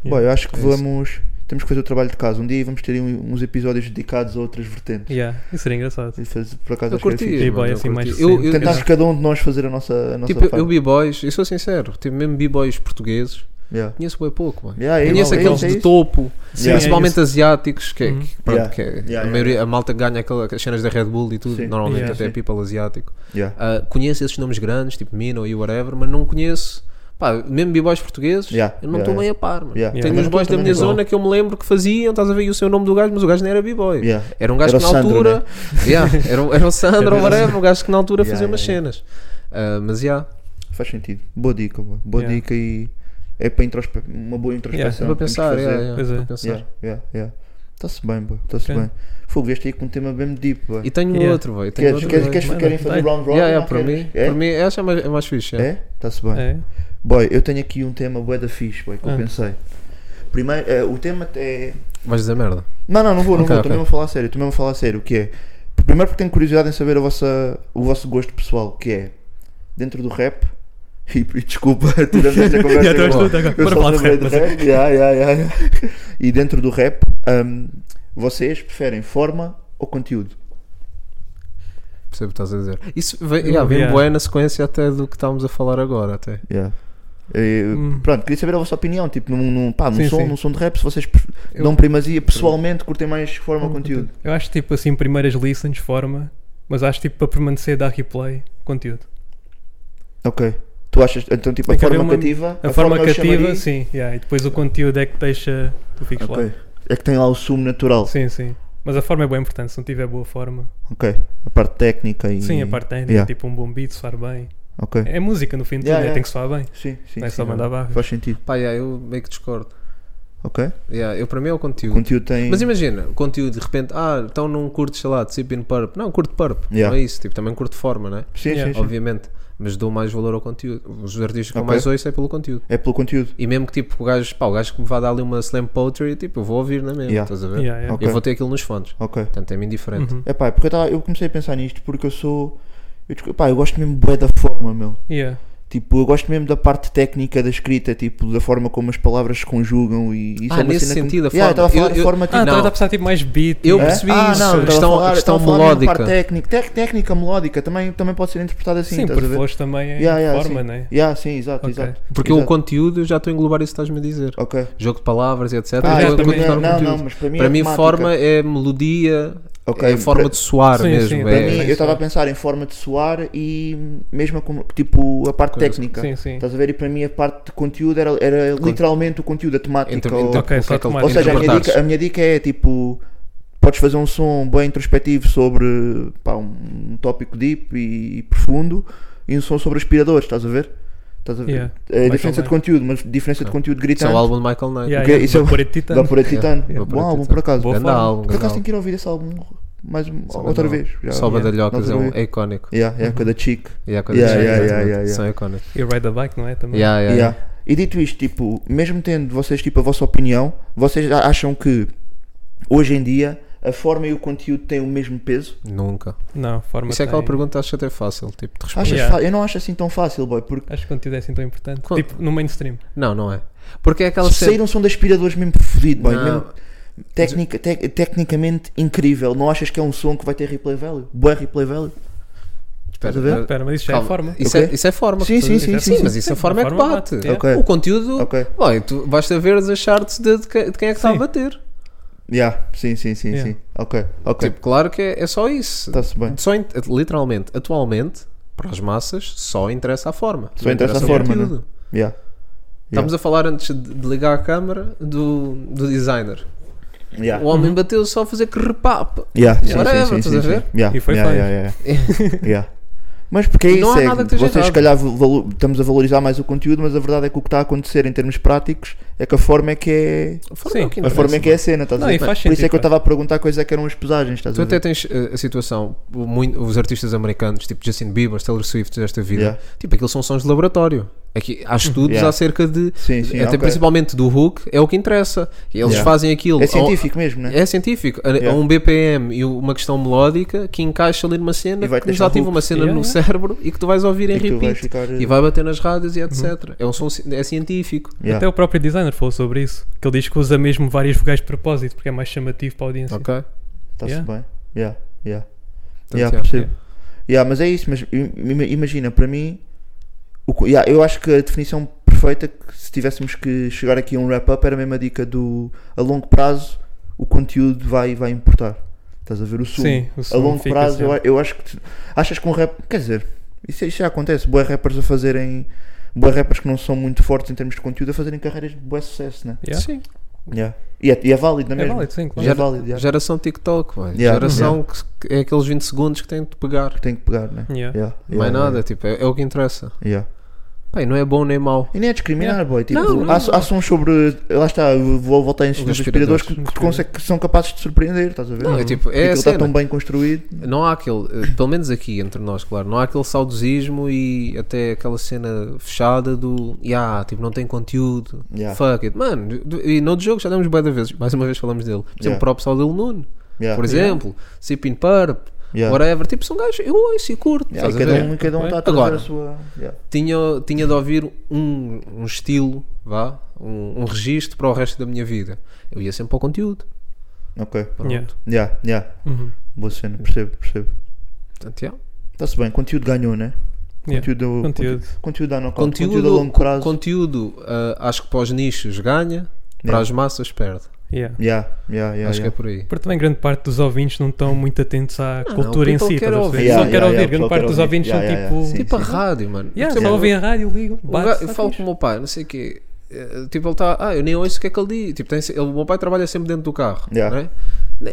B: Yeah.
F: Bom, eu acho que
G: É isso.
F: vamos. Temos que fazer o trabalho de casa. Um dia vamos ter aí um- uns episódios dedicados a outras vertentes.
B: Yeah, Isso seria engraçado.
F: E fazer- por acaso
G: Eu
F: acho que era
G: curti,
F: fixe.
B: E
G: mano,
B: boy,
G: eu
B: assim, mais
G: curti. Eu-
B: recente.
G: eu-
F: Tentarmos cada um de nós fazer a nossa, a nossa
G: Tipo, eu- eu
F: parte.
G: b-boys, eu sou sincero, tipo, mesmo b-boys portugueses,
F: Yeah.
G: conheço bem pouco. mano.
F: Yeah, é
G: conheço
F: isso, é
G: aqueles
F: isso, é
G: de
F: isso.
G: topo,
B: Sim,
G: principalmente
B: é
G: asiáticos, que,
B: Uhum.
G: que, pronto,
F: Yeah.
G: que é-
F: Yeah,
G: a,
F: yeah,
G: maioria, a malta que ganha aquela, as cenas da Red Bull e tudo,
F: Sim.
G: normalmente
B: Yeah.
G: até
F: Sim.
G: people asiático.
F: Yeah.
G: Ah, conheço esses nomes grandes, tipo Mino e whatever, mas não conheço. Pá, mesmo b-boys portugueses,
F: Yeah,
G: eu não
F: yeah, yeah.
G: estou bem a par. Mano.
F: Yeah.
G: Tenho
F: Também
G: uns
F: não
G: boys
F: tô,
G: da
F: também
G: minha
F: não tô.
G: zona que eu me lembro que faziam, estás a ver e o seu nome do gajo, mas o gajo não era b-boy.
F: Yeah.
G: Era um gajo
F: Era
G: que
F: o
G: na
F: Sandro, né?
G: altura. Yeah, era, um- era o Sandro ou
B: Era o-
G: whatever, um gajo que na altura
F: Yeah,
G: fazia umas
F: yeah,
G: cenas. Ah, mas já,
F: Faz sentido. Boa dica, boa, boa
B: Yeah.
F: dica e é para introspe... uma boa
G: é
F: introspeção.
G: para
F: Então, Temos que
G: pensar.
F: fazer.
G: yeah, yeah,
B: Pois é.
G: para pensar.
F: Yeah, yeah, yeah. Está-se bem, boa. Está-se
B: Ok.
F: bem. Fogo, vieste aí com um tema bem deep, boa.
G: E tenho
B: Yeah.
G: outro, velho.
F: Queres,
G: outro,
F: queres,
G: bué.
F: queres
B: Manda.
F: querem fazer
B: Vai.
F: round round?
G: Yeah, yeah,
F: Não
G: para
F: queres?
G: mim,
F: É?
G: para mim, eu acho é mais, é mais fixe. yeah.
F: É? Está-se bem.
B: É.
F: Boy, eu tenho aqui um tema bué da fixe, boy, que
B: Ah.
F: eu pensei. Primeiro, eh, o tema é
G: Vais dizer merda.
F: Não, não, não vou, não
G: Ok,
F: vou.
G: ok.
F: Estou mesmo a falar a sério. Estou mesmo a falar a sério. O que é? Primeiro porque tenho curiosidade em saber a vossa, o vosso gosto pessoal, que é dentro do rap. E, e desculpa, tirando esta conversa.
B: Já estamos
F: agora.
B: tudo agora.
F: eu
B: Bora
F: só
B: falar de
F: lembrei
B: rap.
F: do
B: mas- é
F: rap. Yeah, yeah, yeah, yeah. E dentro do rap, hum, vocês preferem forma ou conteúdo?
G: Percebo o que estás a dizer. Isso vem,
B: Eu-
G: yeah, vem
B: yeah.
G: bué na sequência até do que estávamos a falar agora. Até.
F: Yeah. Eh,
B: Hum.
F: Pronto, queria saber a vossa opinião. Tipo, num, num, pá, num,
B: Sim,
F: som,
B: sim.
F: num som de rap, se vocês pre-
B: Eu-
F: dão primazia pessoalmente, curtem mais forma ou conteúdo.
B: Eu acho tipo assim, primeiras listens, forma, mas acho tipo para permanecer dar replay, conteúdo.
F: Ok. Tu achas, então, tipo, a
B: Tem que haver
F: forma
B: uma-
F: cativa.
B: A, forma,
F: eu
B: cativa,
F: chamaria-
B: sim, yeah, e depois o conteúdo é que deixa tu fiques
F: Ok.
B: lá.
F: É que tem lá o sumo natural.
B: Sim, sim. Mas a forma é bem importante, se não tiver boa forma.
F: Ok. A parte técnica e.
B: Sim, a parte técnica,
F: Yeah.
B: tipo um bom beat, soar bem.
F: Ok.
B: É música no fim de tudo,
F: Yeah,
B: né?
F: yeah.
B: tem que soar bem.
F: Sim, sim.
B: não é
F: sim,
B: só
F: sim.
B: mandar barras.
F: Faz sentido.
G: Pá, yeah, eu meio que discordo.
F: Ok.
G: Yeah, eu, para mim é o
F: O
G: conteúdo.
F: conteúdo tem.
G: Mas imagina, o conteúdo de repente, ah, então não curtes, sei lá, de Sip in Purp. Não, curto Purp.
F: Yeah.
G: Não é isso. Tipo, também curto forma, né?
F: Sim,
B: Yeah.
F: sim, sim.
G: Obviamente. Mas dou mais valor ao conteúdo. Os artistas que eu
F: Ok.
G: mais ouço é pelo conteúdo.
F: É pelo conteúdo.
G: E mesmo que tipo o gajo, pá, o gajo que me vai dar ali uma slam poetry, tipo, eu vou ouvir na mesma,
F: Yeah.
G: estás a ver?
B: Yeah, yeah.
F: Ok.
G: Eu vou ter aquilo nos fones.
F: Ok.
G: Portanto, é-me indiferente.
B: Uhum.
F: É pá, porque eu, tava, eu comecei a pensar nisto porque eu sou. Eu, descu- pá, eu gosto mesmo bué da forma, meu.
B: Yeah.
F: Tipo, eu gosto mesmo da parte técnica da escrita, tipo, da forma como as palavras se conjugam e isso
G: Ah,
F: é uma
G: nesse
F: cena que- Yeah,
G: sentido, a
F: eu
G: forma.
F: estava a falar
G: Eu-
F: de
G: eu-
F: forma
B: Ah,
F: tipo.
B: estás
G: Não.
B: a pensar tipo mais beat.
G: Eu
B: né?
F: É?
G: percebi
F: ah,
G: isso,
F: não, eu estava
G: questão-
F: a falar,
G: questão
F: estava a falar mesmo de
G: melódica.
F: parte técnica, Tec- técnica melódica também, também pode ser interpretada assim,
B: Sim,
F: estás
B: por
F: a ver?
B: flores também é
F: Yeah, yeah,
B: forma,
F: sim.
B: né?
F: Yeah, sim, exato,
B: Ok.
F: exato.
G: Porque eu, o
F: exato.
G: conteúdo eu já estou a englobar isso que estás-me a dizer.
F: Ok.
G: Jogo de palavras e etc.
F: Ah,
G: é, eu
B: eu
G: vou
B: também-
F: não,
G: continuar no
F: não,
G: conteúdo.
F: não, mas para mim
G: para
F: é
G: mim,
F: temática.
G: forma é melodia,
F: Ok,
G: é forma
F: para-
G: de soar
B: Sim, sim,
G: mesmo.
B: para
F: Para
G: é-
F: mim, eu
B: isso,
F: estava
B: é.
F: a pensar em forma de soar e mesmo como, tipo, a parte
G: Coisa-
F: técnica.
B: Sim, sim.
F: Estás a ver? E para mim a parte de conteúdo era, era literalmente o conteúdo, a temática.
G: Entre-
F: ou,
G: entre-
B: Ok,
G: o que
B: só
G: é que ele-
B: tomar.
F: ou seja, a minha,
G: interpretares.
F: dica, a minha dica é tipo, podes fazer um som bem introspectivo sobre pá, um tópico deep e, profundo e um som sobre aspiradores, estás a ver? Estás a ver?
B: Yeah.
F: É a
B: Vai
F: diferença de
B: também. Ah.
F: conteúdo, mas diferença de conteúdo
G: Isso é
F: gritante.
G: o álbum de Michael Knight.
B: Yeah,
F: Ok,
B: yeah,
F: isso é
B: Vou
F: o-
B: pôr a Titã.
F: Da Pura Titã.
G: Yeah.
F: Bom álbum, por acaso.
B: Boa
G: Ganda
B: forma.
G: é álbum,
F: Por
G: ganda
F: acaso tenho
G: álbum.
F: que ir ouvir esse álbum mais um-
G: Só
F: outra
G: não.
F: vez. já.
G: Só Badalhocas é,
F: Outra
G: um,
F: vez.
G: é icónico.
F: Yeah, yeah, cada chico.
G: E há coisas
F: Yeah,
G: que
F: yeah, yeah,
G: são icónicas.
F: yeah,
G: São icónicas.
B: E Ride the Bike, não é? Também.
G: Yeah, yeah,
F: Yeah. E dito isto, tipo, mesmo tendo vocês tipo a vossa opinião, vocês a- acham que hoje em dia a a forma e o conteúdo têm o mesmo peso?
G: Nunca.
B: Não, forma
G: Isso é aquela
B: tem-
G: pergunta que acho até fácil, tipo, de responder.
F: Achas
B: Yeah.
F: fa- Eu não acho assim tão fácil, boy, porque
B: Acho que conteúdo é assim tão importante.
G: Co-
B: Tipo, no mainstream.
G: Não, não é. Porque é aquela
F: se
G: cena.
F: saíram são de aspiradores mesmo fodido, boy,
G: Não.
F: mesmo tecnica- tec- tecnicamente incrível. Não achas que é um som que vai ter replay value? Boa replay value?
G: Espera,
F: Estás a ver?
G: eh,
B: Espera, mas isso já é
G: calma.
B: forma.
G: Isso,
F: Ok.
G: é, isso é forma.
F: Sim,
G: que
F: sim,
G: tu-
F: sim,
G: Sim,
F: sim,
G: mas isso é
B: A
G: forma é que
B: forma
G: bate.
B: bate, é.
F: Ok.
G: O conteúdo.
F: Ok.
G: Olha, tu vais-te a ver as charts de, de que- de quem é que está a
B: Sim.
G: bater.
F: Yeah, sim, sim, sim,
B: Yeah.
F: sim. Ok, ok. Tá.
G: Tipo, claro que é, é só isso.
F: Está-se bem.
G: Só in- literalmente, atualmente, para as massas, só interessa a forma.
F: Só
G: Não
F: interessa a
G: o
F: forma, né?
G: conteúdo.
F: Yeah.
G: Estamos a falar antes de, de ligar a câmara do, do designer.
F: Yeah.
G: O homem bateu só a fazer que repap.
F: Yeah, sim,
G: Whatever,
F: sim, sim,
G: é, estás
F: sim,
G: a
F: sim.
G: ver?
F: Yeah,
B: E foi
F: yeah,
B: fine.
F: yeah, yeah. Yeah. Mas porque é
G: E não
F: isso,
G: há
F: é,
G: nada que esteja
F: vocês se
G: errado.
F: calhar valo- estamos a valorizar mais o conteúdo, mas a verdade é que o que está a acontecer em termos práticos é que a forma é que é
G: A forma
B: Sim.
G: é o que
F: a,
G: interessa.
F: forma é, que é a cena, estás
B: Não,
F: a
B: e
F: ver?
B: faz
F: Por isso é
B: sentido,
F: que eu
B: pá.
F: estava a perguntar quais é que eram as pesagens, estás
G: Tu
F: a ver?
G: até tens eh, a situação, o muito- os artistas americanos, tipo Justin Bieber, Taylor Swift, desta vida,
F: Yeah.
G: tipo, aquilo são sons de laboratório. Aqui, há estudos
F: Yeah.
G: acerca de.
F: Sim, sim,
G: até
F: ok.
G: principalmente do Hook, é o que interessa. E Eles
F: Yeah.
G: fazem aquilo.
F: É
G: a um-
F: científico mesmo, né?
G: É científico. A- a
F: Yeah.
G: um BPM e uma questão melódica que encaixa ali numa cena,
F: E vai-te
G: que nos
F: deixar
G: ativa
F: hooked.
G: uma cena
B: Yeah,
G: no
B: yeah.
G: cérebro e que tu vais ouvir em
F: E É tu vais
G: repeat.
F: ficar-
G: E vai bater nas rádios e etc. É um som ci- é científico.
F: Yeah.
B: Até o próprio designer falou sobre isso. Que ele diz que usa mesmo várias vogais de propósito, porque é mais chamativo para a audiência.
G: Ok?
F: Está-se
B: Yeah.
F: bem. Yeah, yeah.
G: Portanto,
F: yeah,
G: yeah.
F: percebo. Yeah, mas é isso, mas im- im- imagina, para mim, o co- yeah, eu acho que a definição perfeita, que se tivéssemos que chegar aqui a um wrap-up, era mesmo a dica do a longo prazo o conteúdo vai, vai importar. Estás a ver o sumo.
B: Sim, o
F: a
B: som
F: longo
B: fica
F: prazo, eu,
B: sempre.
F: a- eu acho que te- achas que um rap, quer dizer, isso, isso já acontece, boé rappers a fazerem, boé rappers que não são muito fortes em termos de conteúdo, a fazerem carreiras de boé sucesso, né?
B: Yeah.
G: Sim.
F: Yeah. E, é, e é válido, não é
B: É
F: mesmo?
B: válido, sim, claro.
F: Já é válido, yeah.
G: Geração TikTok, vai.
F: Yeah.
G: Geração que que é aqueles 20 segundos que tem de pegar.
F: Tem que pegar, né?
B: Yeah.
F: Yeah,
G: Não é
F: yeah,
G: nada, tipo, é, é o que interessa.
F: yeah.
G: Pá, e não é bom nem mau.
F: E nem é discriminar, boy. Tipo,
G: Não, não,
F: há,
G: não.
F: há sons sobre. Lá está, eu vou voltar a insistir
G: Os
F: nos respiradores
G: respiradores.
F: que, que, te consegue- que são capazes de surpreender, estás a ver?
G: Não, é tipo,
F: Porque
G: é a
F: aquilo está
G: cena.
F: tão bem construído.
G: Não há aquele, eh, pelo menos aqui entre nós, claro, não há aquele saudosismo e até aquela cena fechada do yeah, tipo, não tem conteúdo,
F: Yeah.
G: fuck it. Mano, d- e no outro jogo já damos bué da vezes, mais uma vez falamos dele. Por exemplo,
F: Yeah.
G: o próprio Saul Lil Nun,
F: Yeah.
G: por exemplo, Sipping Purp,
F: Yeah.
G: whatever, tipo, são gajos, eu ouço e curto.
F: Yeah,
G: estás
F: e
G: a
F: cada
G: ver?
F: um, cada um
B: Ok.
F: está a trazer
G: Agora.
F: a sua. Yeah.
G: tinha, tinha de ouvir um, um estilo, vá, um, um registro para o resto da minha vida. Eu ia sempre para o conteúdo.
F: Ok.
G: Pronto.
B: Yeah.
F: Yeah, yeah.
B: Uhum.
F: Boa cena, percebo, percebo.
G: Portanto, yeah.
F: Está-se bem, conteúdo ganhou, né?
B: Yeah. Conteúdo.
F: Conteúdo, conteúdo. Conteúdo dá knockout,
G: Conteúdo,
F: conteúdo, a longo prazo.
G: conteúdo, ah, acho que para os nichos ganha, para
F: Yeah.
G: as massas perde.
B: Yeah.
F: Yeah, yeah, yeah.
G: acho
F: yeah.
G: que é por aí.
B: Porque também grande parte dos ouvintes não estão muito atentos à
G: não,
B: cultura
G: o
B: em
G: people
B: si.
G: quer
B: estás a
G: ouvir.
B: perceber?
F: Yeah,
B: Só
F: yeah,
B: quer ouvir.
F: yeah, o
B: Grande
F: pessoal
B: parte
F: quer
B: dos
F: ouvir.
B: ouvintes são
F: Yeah, yeah, yeah.
B: tipo.
F: Sim.
G: Tipo a rádio, mano.
B: Yeah,
G: Tipo,
B: só ouvem a rádio, ligam.
G: o
B: bate,
G: gajo-
B: tá
G: eu falo
B: fixe.
G: com o meu pai, não sei o quê. eh, Tipo, ele está. Ah, eu nem ouço o que é que ele diz. Tipo, tem, ele, o meu pai trabalha sempre dentro do carro.
F: Yeah.
G: Não é?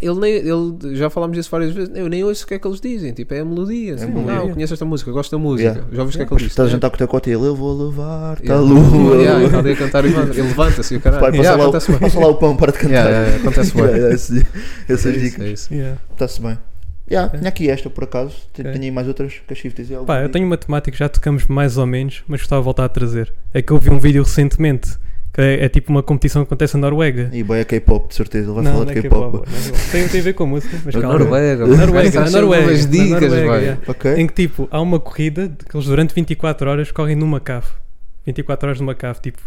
G: Ele nem, ele, já falámos disso várias vezes. Eu nem ouço o que é que eles dizem. Tipo, é a melodia. tipo,
F: melodia.
G: Não, eu conheço esta música, eu gosto da música.
F: Yeah.
G: Já ouviste o que é que
F: Pois,
G: ele disse?
F: Estás a jantar com o teu cote e ele, eu vou levar-te à
G: Yeah.
F: lua.
G: Yeah, ele tá ali a cantar e manda- ele levanta-se e o caralho.
F: Vai, passa,
G: Yeah,
F: lá, o-
G: acontece bem.
F: passa lá o pão para de cantar.
G: Yeah, yeah, yeah, acontece bem.
F: Yeah, yeah, esse-
G: É
F: Essas
G: isso,
F: dicas.
G: é isso. É.
B: Yeah.
F: Está-se bem. Yeah, Tinha aqui esta por acaso. Te-
B: Ok.
F: Tenho aí mais outras que as shifties e algo.
B: Pá, eu tenho uma temática que já tocamos mais ou menos, mas gostava de voltar a trazer. É que eu vi um vídeo recentemente, que é, é tipo uma competição que acontece na Noruega.
F: E bem, é K-pop, de certeza. Ele vai
B: Não,
F: falar
B: não
F: de
B: é
F: K-pop.
B: K-pop. não é K-pop. Tem, tem a ver com a música, mas
F: Na
B: calma.
G: Noruega,
B: Na Noruega, na
G: Estás sempre
B: Noruega.
G: umas
B: na
G: dicas,
B: Noruega,
G: vai.
B: yeah.
F: Ok.
B: Em que tipo, há uma corrida de que eles durante 24 horas correm numa cave. 24 horas numa cave, tipo.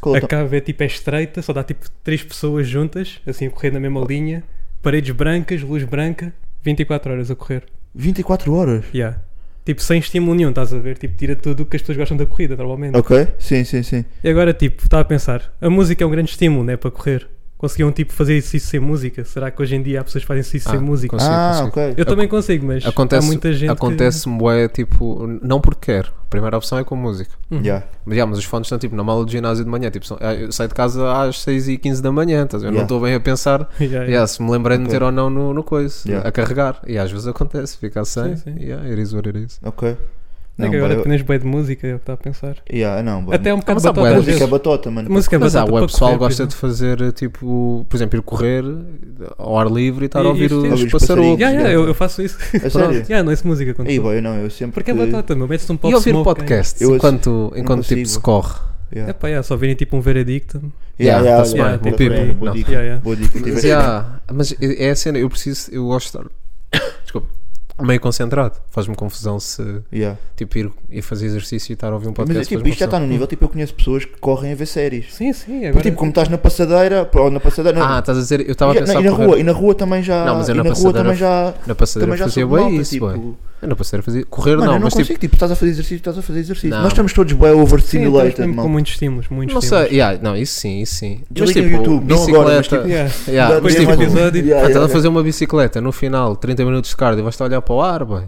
F: Qual
B: A
F: to-
B: cave é tipo é estreita, só dá tipo 3 pessoas juntas, assim a correr na mesma linha, paredes brancas, luz branca, 24 horas a correr.
F: 24 horas.
B: Yeah. Tipo, sem estímulo nenhum, estás a ver? Tipo, tira tudo o que as pessoas gostam da corrida, normalmente.
F: Ok? Sim, sim, sim.
B: E agora, tipo, estava a pensar, a música é um grande estímulo, né? Para correr. Conseguiam, tipo, fazer exercício sem música? Será que hoje em dia há pessoas que fazem exercício
G: Ah,
B: sem música?
G: consigo,
F: ah,
G: consigo.
F: ok.
B: Eu também consigo, mas
G: Acontece,
B: há muita gente. que-
G: acontece bué, tipo, não porque quer. A primeira opção é com música.
F: Yeah.
G: Mas, yeah, mas os fones estão tipo na mala do ginásio de manhã. Tipo, são- ah, eu saio de casa às 6 e 15 da manhã. Estás a ver? Eu não
F: Yeah.
G: estou bem a pensar
B: Yeah,
G: yeah, se me lembrei de
F: Ok.
G: meter ou não no, no coisa,
F: Yeah.
G: a carregar. E às vezes acontece, fica sem.
B: Sim, sim.
G: Yeah, it is what it is.
F: Ok.
B: É
F: Não,
B: que agora
F: boy, eu-
B: apenas bem de música, é o que está a pensar.
F: Yeah, não, boy.
B: Até é um bocado
G: mas há
B: batata,
G: bué
B: às
G: de
F: Música
B: vezes.
F: é batota, mano.
B: Música é
G: Mas há,
B: batata
G: o
B: para
G: pessoal
B: correr, por
G: gosta de
B: exemplo.
G: fazer eh, tipo, por exemplo, ir correr eh, ao ar livre e estar a
B: E- tipo
G: ouvir
B: e
F: ouvir
G: os
F: os
G: passarucos.
F: passarinhos.
B: Yeah, yeah,
F: Yeah.
G: né?
B: eu, eu faço isso.
F: A sério?
B: yeah, não é isso música quando
F: Ei,
B: corro.
F: boy, eu não, eu sempre.
B: Porque é batata, meu. Metes-te um pop
G: E ouvir
B: smoke, hein?
G: podcasts
F: Eu ouço-
G: enquanto, enquanto tipo
F: consigo.
G: se corre.
F: Yeah.
B: Epá, yeah, só virem tipo um veredicto.
G: Yeah,
F: Yeah,
G: tá-se
F: yeah,
B: bem,
F: yeah,
B: bom
F: tá-se
B: pipo.
F: bem, Boa
G: Não.
F: dica,
B: Yeah, yeah.
F: boa dica.
G: Mas,
F: Tiveste-
G: yeah, mas é a cena, eu preciso, eu gosto de estar desculpa, meio concentrado. Faz-me confusão se
F: Yeah.
G: tipo ir, ir fazer exercício e estar a ouvir um
F: Mas
G: podcast.
F: é, tipo,
G: faz-me
F: isto já está
G: confusão.
F: no nível, tipo, eu conheço pessoas que correm a ver séries.
B: Sim, sim,
F: Porque,
B: agora.
F: tipo, como estás na passadeira, ou tá na passadeira, não,
G: Ah, estás a dizer, eu estava a
F: e, na-
G: pensar
F: e na
G: correr.
F: rua, e na rua também já,
G: Não, mas eu
F: e
G: na
F: na, rua
G: passadeira
F: também já,
G: Na passadeira
F: também já
G: fazia
F: soube
G: bem
F: malta,
G: isso,
F: tipo,
G: bué. Eu na passadeira fazia. Correr
F: Mano,
G: não,
F: eu não
G: mas
F: consigo,
G: tipo.
F: tipo, estás a fazer exercício, estás a fazer exercício.
G: Não.
F: Nós estamos todos bem
B: sim, estamos
F: overstimulated,
B: mesmo com
F: mano.
B: muitos estímulos, muitos
G: Não sei,
B: estímulos.
G: yeah, não, isso sim, isso sim.
F: Eu liguei no YouTube, não
G: bicicleta.
F: agora, mas, tipo,
B: Yeah.
G: yeah,
B: Depois
G: mas,
B: tem um
G: tipo,
B: episódio.
G: pá,
F: Yeah,
G: estás
F: yeah,
G: a fazer uma bicicleta no final, 30 minutos de cardio, vais-te olhar para o ar, bem.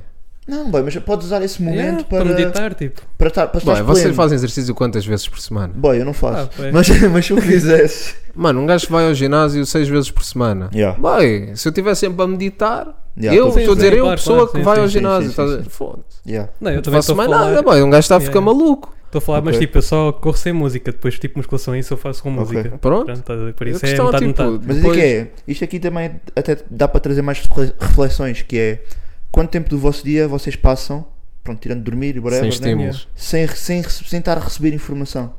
F: Não, bem, mas podes usar esse
B: Yeah,
F: momento
B: para...
F: para, para,
B: meditar, tipo.
F: estar, para
G: Bem,
F: estar
G: vocês
F: pleno.
G: fazem exercício quantas vezes por semana?
F: Boy, eu não faço.
B: Ah, pois.
F: mas, mas se eu fizesse.
G: Mano, um gajo vai ao ginásio 6 vezes por semana.
F: Yeah.
G: Bem, se eu estiver sempre a meditar,
F: Yeah,
G: eu
F: pois.
G: estou
B: Sim,
G: a dizer,
B: sim,
G: eu,
B: claro,
G: pessoa
B: claro,
G: que
B: sim,
G: vai ao
F: sim, sim,
G: ginásio,
F: sim,
G: estás a
F: sim.
G: dizer, foda-se.
F: Yeah.
B: Não, eu
G: Não
B: também
G: faço
B: estou a
G: mais
B: falar.
G: nada, bem, um gajo está a
B: Yeah,
G: ficar
B: yeah.
G: maluco.
B: Estou a falar, mas
F: Ok.
B: tipo, eu só corro sem música, depois tipo musculação e isso eu faço com
F: Ok.
B: música.
G: Pronto.
B: Pronto, estás a ver? por
G: A
B: isso é
G: questão,
B: metade,
G: tipo,
B: metade.
F: Mas
G: Depois-
F: o que é? Isto aqui também até dá para trazer mais refle- reflexões, que é quanto tempo do vosso dia vocês passam, pronto, tirando dormir e whatever,
G: Sem
F: né?
G: estímulos.
F: sem, sem, rece- sem estar a receber informação.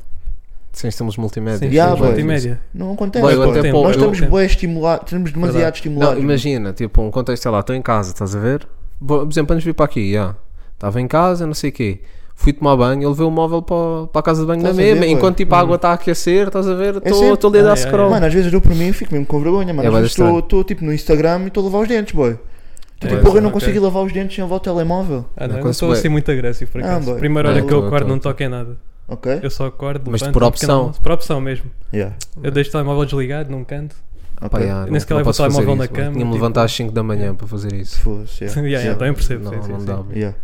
G: Sem estímulos multimédia.
B: Sim,
F: Yeah,
B: sim,
F: boy.
B: multimédia.
F: Não acontece.
G: Boy,
F: pá.
G: eu até
B: Tempo, é
G: pô-
F: Nós
G: eu-
F: estamos bem estimulados, estamos demasiado
G: Não,
F: estimulados.
G: imagina, tipo, um contexto, sei lá, estou em casa, estás a ver? Bo- Por exemplo, antes de vir para aqui, já. Estava em casa, não sei o quê. Fui tomar banho, eu levei o móvel para, para a casa de banho na
F: Estás a ver,
G: mesma.
F: boy?
G: enquanto tipo, a
B: Uhum.
G: água está a aquecer, estás a ver?
F: sempre-
G: Estou ali a dar
B: Ah, é,
G: scroll.
B: é.
F: Mano, às vezes dou por mim e fico mesmo com vergonha, mano.
G: É,
F: Às
G: vai
F: vezes
G: dar
F: estou estou, tipo no Instagram e estou a lavar os dentes, boy. Tipo,
B: É,
F: porra, eu
B: sim,
F: não
B: ok.
F: consegui lavar os dentes sem levar o telemóvel.
B: Ah,
G: Não
B: não, eu não
G: consigo
B: estou a
G: bem.
B: ser muito agressivo, por
F: Ah,
B: acaso.
F: boy.
B: Primeira hora
G: Não,
B: que eu
G: tô,
B: acordo
G: tô,
B: não
G: tô.
B: toco em nada.
F: Ok?
B: Eu só acordo,
G: Mas
B: levanto,
G: por
B: um pequeno
G: opção.
B: almoço. Por opção mesmo.
F: Yeah.
B: Eu deixo o telemóvel desligado num canto.
G: Pá,
F: Ok.
G: já,
B: Nem
G: não-
B: sequer
G: não
B: levo
G: posso
B: o
G: fazer
B: telemóvel na
G: isso,
B: cama,
G: mano. Tinha-me
B: tipo-
G: levantar às 5 da manhã para fazer
F: Se
G: isso.
F: fosse, yeah.
B: Yeah, tá. yeah, também percebo.
G: Não,
B: sim, sim,
G: não
B: sim.
G: dá. bem.
F: Yeah.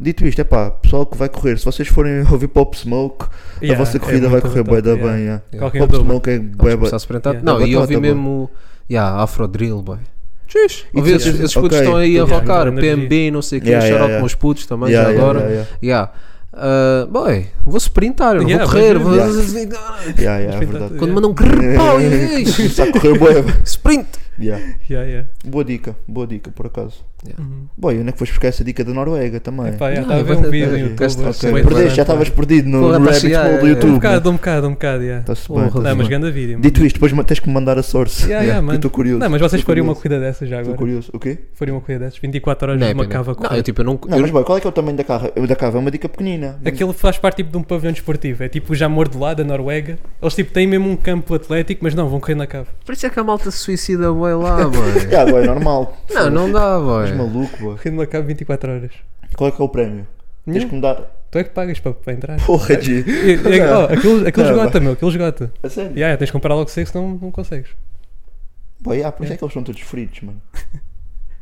F: Dito isto, é pá, pessoal que vai correr, se vocês forem ouvir Pop Smoke,
B: Yeah,
F: a vossa
B: é
F: corrida vai
B: muito
F: correr
B: top,
F: bué da
B: yeah.
F: bem. yeah.
G: Yeah.
B: Qualquer um
F: Pop
B: dúvida.
F: Smoke é
G: Vamos
F: bué
G: começar
F: bué.
G: a experimentar.
B: Yeah.
G: Não,
F: Tá
G: e
F: bom,
G: eu ouvi
F: tá bom.
G: mesmo. Yeah, Afro Drill, boy. Tchis.
F: E
G: Ouvi
F: tu-
G: esses, esses putos
F: é- ok,
G: estão aí a
B: tu- yeah,
G: rocar.
B: energia.
G: PMB, não sei o que.
F: Yeah, yeah,
G: Xarope
F: yeah.
G: com os putos também,
F: Yeah,
G: já
F: yeah,
G: agora.
F: yeah,
G: Yeah. Ah, boy, vou sprintar, eu não
B: Yeah,
G: vou correr.
B: mas-
G: Vou...
F: Yeah, yeah, é
B: Respeita
F: verdade.
B: tudo.
G: Quando mandam um grrr, pau, e-
F: Começar a correr bué. bué.
G: sprint.
F: Yeah.
B: Yeah, yeah.
F: Boa dica, boa dica, por acaso.
G: Yeah.
B: Uhum.
F: Boy, onde é que foste buscar essa dica da Noruega também?
B: Epá, yeah, estava
G: Não,
B: a ver
G: vai-
B: um vídeo
G: vai-
B: no
G: vai-
B: YouTube.
G: vai-
B: assim,
F: Ok,
B: meio
F: perdeste,
B: barato,
F: já estavas
B: mano.
F: perdido no
G: Porra, tá
F: rabbit
G: cheia,
F: hole do
G: é, é.
B: Um
F: YouTube.
B: bocado, um bocado, um bocado, yeah.
F: Está-se
G: Porra,
F: bem, tá-se
B: Não, mas
F: bem.
B: grande vídeo. mano.
F: Dito isto, depois ma- tens que me mandar a source.
B: Yeah, yeah, mano.
F: Eu estou curioso.
B: Não, mas vocês
F: Tô
B: fariam uma
F: curioso.
B: corrida dessas já
F: Estou
B: agora.
F: curioso. O quê?
B: Fariam uma corrida dessas. 24 horas
G: Não, é
B: numa
G: pena.
B: cava
G: não, eu
B: corrida.
G: tipo, eu não.
F: Não,
G: eu-
F: mas boy, qual é que é o tamanho da cava? Da cava é uma dica pequenina.
B: Aquilo faz parte tipo de um pavilhão desportivo. É tipo já mordelado, a Noruega. Eles tipo têm mesmo um campo atlético, mas não, vão correr na cava.
G: Por isso é que a malta se suicida, boy, lá, boy.
F: Yeah, boy, é normal.
G: Não, não dá,
F: És
G: boy.
F: maluco, boy.
B: Correr numa cava 24 horas.
F: Qual é que é o prémio? Tens que me dar.
B: Tu é que pagas para, para entrar.
F: Porra, G.
B: E- e-
F: Não.
B: oh, aquilo aquilo
F: Não,
B: esgota,
F: vai.
B: meu. Aquilo esgota.
F: A sério?
B: Yeah, tens de comprar logo seco, senão não consegues.
F: Boy, ah, por isso é que eles são todos fritos, mano.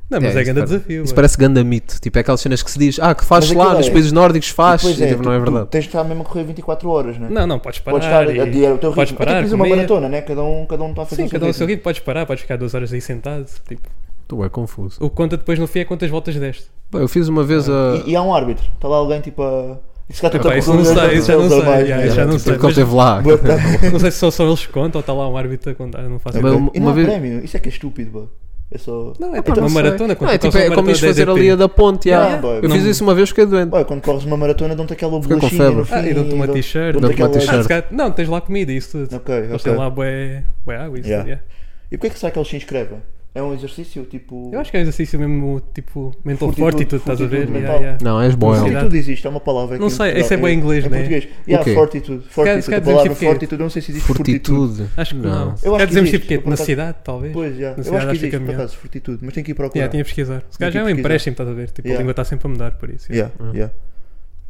B: Não, mas é,
G: É, isso
B: grande
G: parece-
B: desafio.
G: Isso
B: ué.
G: parece ganda mito. Tipo, é aquelas cenas que se diz, ah, que faz
F: Mas
G: lá,
F: aquilo
G: nos
F: é-
G: países nórdicos faz.
F: Pois
G: E, tipo, não é
F: tu-
G: verdade.
F: Tu tens de estar mesmo a correr 24 horas, né?
B: Não, não, podes parar.
F: Podes estar
B: e-
F: a dizer o teu
B: podes
F: ritmo. Até
B: parar,
F: tens uma
B: comer.
F: maratona, né? Cada um, cada um está a fazer
B: Sim,
F: o seu
B: cada um ao seu
F: ritmo.
B: ritmo, podes parar, podes ficar duas horas aí sentado. Tipo,
G: Tu é confuso.
B: o que conta depois no fim é quantas voltas deste.
G: Pá, eu fiz uma vez a.
F: E, e há um árbitro. Está lá alguém tipo a. E se cá tu
B: Epá,
F: tá
B: isso
F: correndo,
B: não
F: tá
B: sei, isso já
F: correndo,
B: não
F: tá
B: sei,
F: mais.
B: já, já.
G: Yeah,
B: não
G: tipo,
B: sei,
G: que ele
B: mas-
G: esteve lá.
F: Boa, tá.
B: Não sei se só, só eles contam ou está lá um árbitro a contar, eu não faço
G: Mas
B: ideia.
G: uma-
F: E não
G: uma
F: há
G: vez-
F: prémio, isso é que é estúpido, bro. É só.
B: Não, é
G: Pá,
B: tipo uma
G: não sei.
B: maratona
G: Não,
B: quando
G: é,
B: tu
G: tipo,
B: corres
G: é
B: uma
G: como ias
B: maratona
G: fazer
B: 10
G: ali
B: DP.
G: a da ponte.
F: Yeah,
G: yeah.
F: boy,
G: Eu fiz
B: não-
G: isso uma vez, fiquei doente.
F: Boy, quando corres uma maratona, dão-te aquela
G: Fiquei com
F: bolachinha
G: febre.
F: no fim.
B: Ah, e dão-te uma
F: dão-te
B: t-shirt.
F: aquela-
G: Dão-te uma
B: Ah,
G: t-shirt.
B: se calhar- Não, tens lá comida e isso tudo.
F: Ok,
B: Eles
F: ok.
B: têm lá bué, bué água e isso.
F: Yeah.
B: yeah.
F: E porquê que será que eles se inscrevem? É um exercício tipo.
B: Eu acho que é um exercício mesmo, tipo, mental
F: Fortitude-
B: fortitude, estás a ver?
F: fortitude
B: Yeah,
F: mental.
B: yeah.
G: Não, és um boy.
B: Sim.
F: Fortitude existe, é uma palavra.
B: Não
F: aqui em
B: sei,
F: Portugal.
B: isso é bem inglês,
F: em
B: né?
F: português. Yeah,
G: quê?
F: fortitude,
B: calhar- se
F: fortitude.
B: calhar
F: A
B: dizemos
F: palavra
B: tipo quê?
F: fortitude, eu não sei se existe fortitude.
G: Fortitude.
B: Acho que
G: Não.
B: não.
F: Eu acho
B: Quer
F: que
B: dizemos
F: existe,
B: tipo quê?
F: por
B: Na
F: acaso.
B: cidade, talvez?
F: Pois, yeah.
B: Na
F: Eu
B: cidade
F: acho que
B: fica
F: existe, por
B: é melhor.
F: acaso, fortitude, mas tenho que ir
B: Yeah,
F: procurar.
B: tinha que pesquisar. Se
F: Tinha
B: calhar
F: que
B: já é um
F: pesquisar.
B: empréstimo, estás a ver? Tipo,
F: Yeah.
B: a língua está sempre a mudar por isso.
F: Yeah, yeah.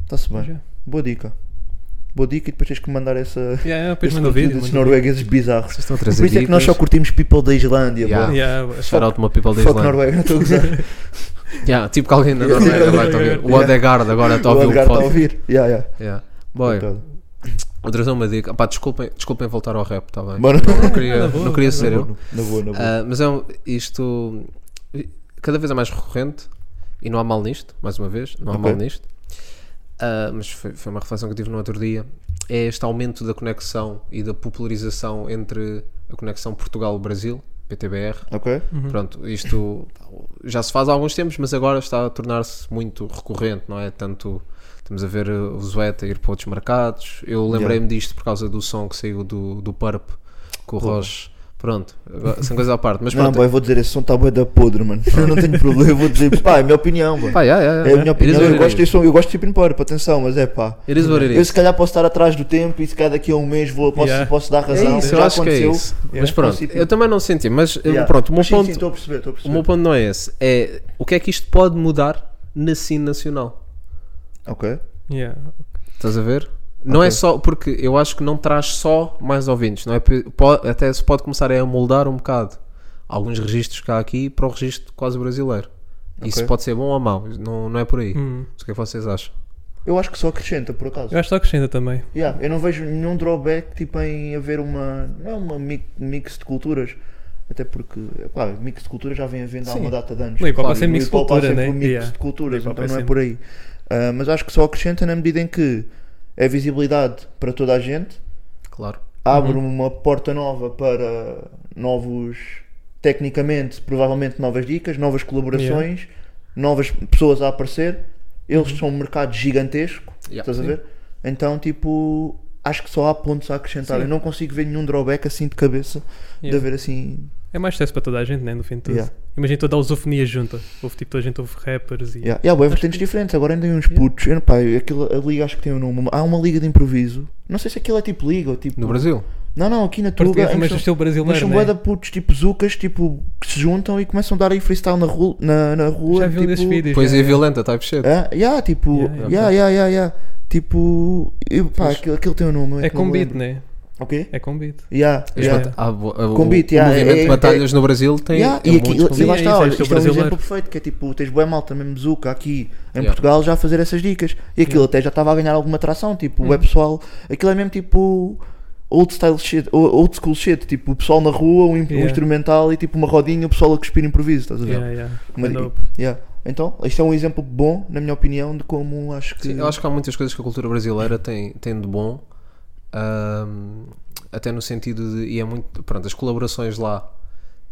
F: Está-se bem.
B: Yeah.
F: Boa dica. Boa dica e depois tens que me mandar essa.
B: Yeah, yeah, depois
F: esse
B: manda o
F: conteúdo
B: vídeo.
F: desses
B: manda o vídeo.
F: noruegueses bizarros.
G: Vocês estão a
F: Por
G: trazer
F: isso é que nós só
G: dicas.
F: curtimos people da Islândia,
G: Yeah.
F: boa.
B: Yeah, bué.
G: Shout out to my people
F: Fuck
G: da Islândia.
F: Noruega, não estou a gozar.
G: Yeah, tipo que alguém na Noruega vai estar a ouvir. O
F: Yeah.
G: Odegaard agora está Tá a
F: O
G: ouvir
F: Edgar
G: o
F: está a
G: podcast.
F: ouvir. Então. Yeah, yeah.
G: Yeah. Boy,
F: Coitado.
G: vou trazer uma dica. Pá, desculpem, desculpem voltar ao rap, está bem?
F: Mano,
G: Não queria,
B: na boa,
G: não queria
B: na
G: ser eu.
F: na boa, na boa.
G: Ah, mas é um, isto cada vez é mais recorrente e não há mal nisto, mais uma vez, não há
F: Ok.
G: mal nisto. Ah, mas foi, foi uma reflexão que eu tive no outro dia. É este aumento da conexão e da popularização entre a conexão Portugal-Brasil PTBR.
F: Ok?
G: Pronto, isto já se faz há alguns tempos, mas agora está a tornar-se muito recorrente, não é? Tanto estamos a ver uh, o Zueta ir para outros mercados. Eu lembrei-me disto por causa do som que saiu do, do Purp com o Roche. Pronto, agora- são coisas à parte. Mas
F: Não,
G: pronto,
F: boy, eu vou dizer, esse som tá bué da podre, mano. Eu não tenho problema, eu vou dizer, pá, é a minha opinião, boy.
G: Pá, yeah, yeah,
F: É a minha
G: yeah.
F: opinião, eu
G: It is what
F: gosto
G: it is.
F: desse som, eu gosto de Chip Purple, atenção, mas é pá.
G: It is what it
F: Eu se
G: is.
F: calhar posso estar atrás do tempo e se calhar daqui a um mês vou, posso,
B: Yeah.
F: posso dar razão.
G: É isso, eu
F: Já
G: acho que é
F: aconteceu.
G: isso.
F: Yeah.
G: Mas pronto,
F: Posso ir-
G: eu também não senti, mas eh,
F: Yeah.
G: pronto, o meu
F: Mas sim,
G: ponto.
F: sim, estou a perceber, estou a
G: O
F: perceber.
G: meu ponto não é esse. É o que é que isto pode mudar na cena nacional.
F: Ok.
B: Yeah.
G: Estás a ver? Não é só, porque eu acho que não traz só mais ouvintes, não é? Po- até se pode começar a moldar um bocado alguns registros cá aqui para o registro quase brasileiro. Isso
F: Ok.
G: pode ser bom ou mau, não, não é por aí. O que é que vocês acham?
F: Eu acho que só acrescenta, por acaso.
B: Eu acho que só acrescenta também.
F: Yeah, eu não vejo nenhum drawback tipo, em haver uma, não é uma mi- mix de culturas. Até porque, pá, mix de culturas já vem havendo há uma data de anos.
B: No hip-hop
F: Claro,
B: há sempre
F: no
B: mix de
F: hip-hop há
B: cultura,
F: sempre
B: né?
F: um mix
B: Yeah.
F: de culturas,
B: No hip-hop
F: então
B: é
F: não é
B: sempre.
F: por aí. Ah, mas acho que só acrescenta na medida em que é visibilidade para toda a gente,
G: Claro.
F: abre
G: Uhum.
F: uma porta nova para novos, tecnicamente, provavelmente novas dicas, novas colaborações, novas pessoas a aparecer. Eles são um mercado gigantesco,
G: Uhum. Yeah.
F: estás a
G: Sim.
F: ver? Então, tipo, acho que só há pontos a acrescentar. Eu não consigo ver nenhum drawback assim de cabeça de
B: Yeah.
F: haver assim.
B: É mais sucesso para toda a gente, né? No fim de tudo.
F: Yeah.
B: Imagina toda a lusofonia junta. Houve tipo, toda a gente houve rappers e.
F: Yeah. E há bué vertentes diferentes, agora ainda tem uns putos. Eu, não- pá, aquilo, a liga acho que tem um nome. Há uma liga de improviso. Não sei se aquilo é tipo liga ou tipo.
G: No Brasil?
F: Não, não, aqui na Tuga.
B: Português,
F: em
B: mas
F: São-
B: do estilo
F: Mas
B: brasileiro.
F: são
B: né?
F: bué da putos, tipo zucas, tipo, que se juntam e começam a dar aí freestyle na, ru- na, na rua.
B: Já vi um
F: tipo,
B: desses vídeos.
G: Poesia
B: já, já.
G: violenta, type shit.
F: É, yeah, tipo,
B: Yeah,
F: yeah, yeah, yeah, yeah. Tipo, e, pá, aquilo, aquilo tem um nome.
B: É
F: que não
B: com
F: me
B: beat,
F: lembro.
B: né?
F: O quê?
B: É com beat.
F: Yeah,
G: As
F: yeah.
G: bata- há bo- há- o-
F: Com beat,
G: o
F: yeah,
G: movimento
F: é-
G: de
F: é-
G: batalhas no Brasil tem.
F: Yeah,
G: é
F: e,
G: um
F: aqui,
G: monte de
F: e lá
B: Sim, é
F: está,
B: isso, é
F: olha,
B: o
F: isto é um
B: brasileiro.
F: exemplo perfeito, que é tipo, tens boa malta mesmo Zuka aqui em
G: Yeah.
F: Portugal já a fazer essas dicas. E aquilo até já estava a ganhar alguma atração, tipo,
B: Uhum.
F: o pessoal, aquilo é mesmo tipo old style shit, o- old school shit, tipo, o pessoal na rua, um, imp- um
B: Yeah.
F: instrumental e tipo uma rodinha, o pessoal a cuspir improviso, estás a ver?
B: Yeah, yeah.
F: Uma-
B: Andou.
G: tipo,
F: yeah. Então, isto é um exemplo bom, na minha opinião, de como acho que.
G: Sim, eu acho que há muitas coisas que a cultura brasileira tem, tem de bom, ahm, até no sentido de. E é muito. Pronto, as colaborações lá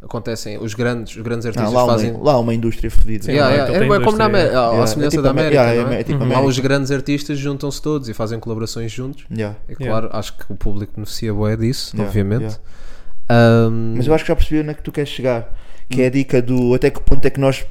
G: acontecem, os grandes, os grandes
F: Não,
G: artistas
F: Ah, lá, há
G: fazem.
F: uma, lá há uma indústria fodida.
G: Yeah,
B: lá
G: yeah,
B: então
G: é
B: tem
G: bem como na
B: indústria,
G: América,
F: yeah.
G: à semelhança
F: É tipo
G: da
F: a-
G: América.
F: yeah,
G: não é?
F: é tipo a
G: Lá
F: América.
G: os grandes artistas juntam-se todos e fazem colaborações juntos.
F: Yeah.
G: É
B: Yeah.
G: claro, acho que o público beneficia bem disso,
F: Yeah,
G: obviamente.
F: yeah.
G: Ahm,
F: Mas eu acho que já percebi onde é que tu queres chegar. Que
G: Hum.
F: é a dica do até que ponto é que nós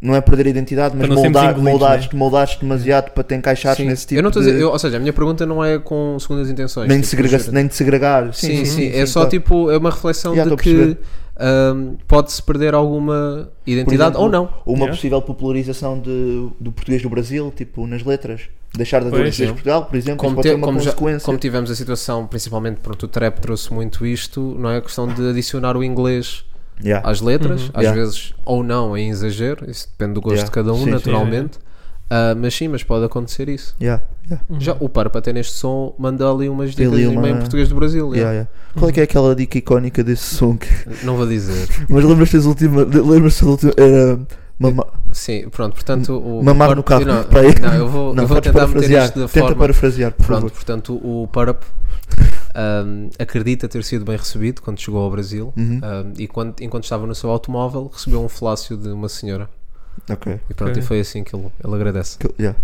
F: não é perder a identidade, mas
B: Para não sermos né?
F: moldar,
B: engolidos,
F: moldares, moldares demasiado para te encaixares
G: sim.
F: nesse tipo
G: eu não tô a
F: de.
G: dizer- eu- ou seja, a minha pergunta não é com segundas intenções.
F: nem, de
G: tipo,
F: segrega-
G: juro.
F: nem de segregar.
G: Sim, sim, é
F: sim, Então,
G: só
F: claro.
G: tipo, é uma reflexão
F: Yeah,
G: de
F: tô a perceber.
G: que ahm, pode-se perder alguma
F: Por
G: identidade
F: exemplo,
G: ou não.
F: Uma
B: Yeah.
F: possível popularização de, do português do Brasil, tipo nas letras. Deixar de haver
B: Pois,
F: o português
G: sim.
F: de Portugal, por exemplo,
G: Como,
F: isso pode
G: te-
F: ter uma
G: como já-
F: consequência.
G: como tivemos a situação, principalmente, pronto, o trap trouxe muito isto, não é? A questão de adicionar o inglês
F: Yeah.
G: às letras,
B: Uhum.
G: ah, às
F: Yeah.
G: vezes ou não é em exagero, isso depende do gosto
F: Yeah.
G: de cada um,
F: Sim, sim.
G: naturalmente. Ah, mas sim, mas pode acontecer isso.
F: Yeah, yeah,
G: Já o Parpa até neste som manda ali umas
F: Tem
G: dicas
F: ali uma-
G: em português do Brasil.
F: yeah,
G: é.
F: yeah. Qual é que é aquela dica icónica desse som? que-
G: Não vou dizer.
F: Mas lembras-te das últimas. Lembras-te da última. Era. Mama...
G: Sim, pronto, portanto o
F: Mamar
G: o
F: no
G: Parpa-
F: carro,
G: Não,
F: para aí.
G: não, eu vou, eu
F: podes
G: vou tentar meter
F: parafrasear.
G: isto da
F: Tenta
G: forma.
F: parafrasear, por
G: Pronto,
F: favor.
G: portanto, o Parp ahm, acredita ter sido bem recebido quando chegou ao Brasil
F: Uhum.
G: ahm, e quando, enquanto estava no seu automóvel recebeu um falácio de uma senhora.
F: Ok.
G: E pronto,
B: Ok.
G: e foi assim que ele, ele agradece.
F: Que- yeah.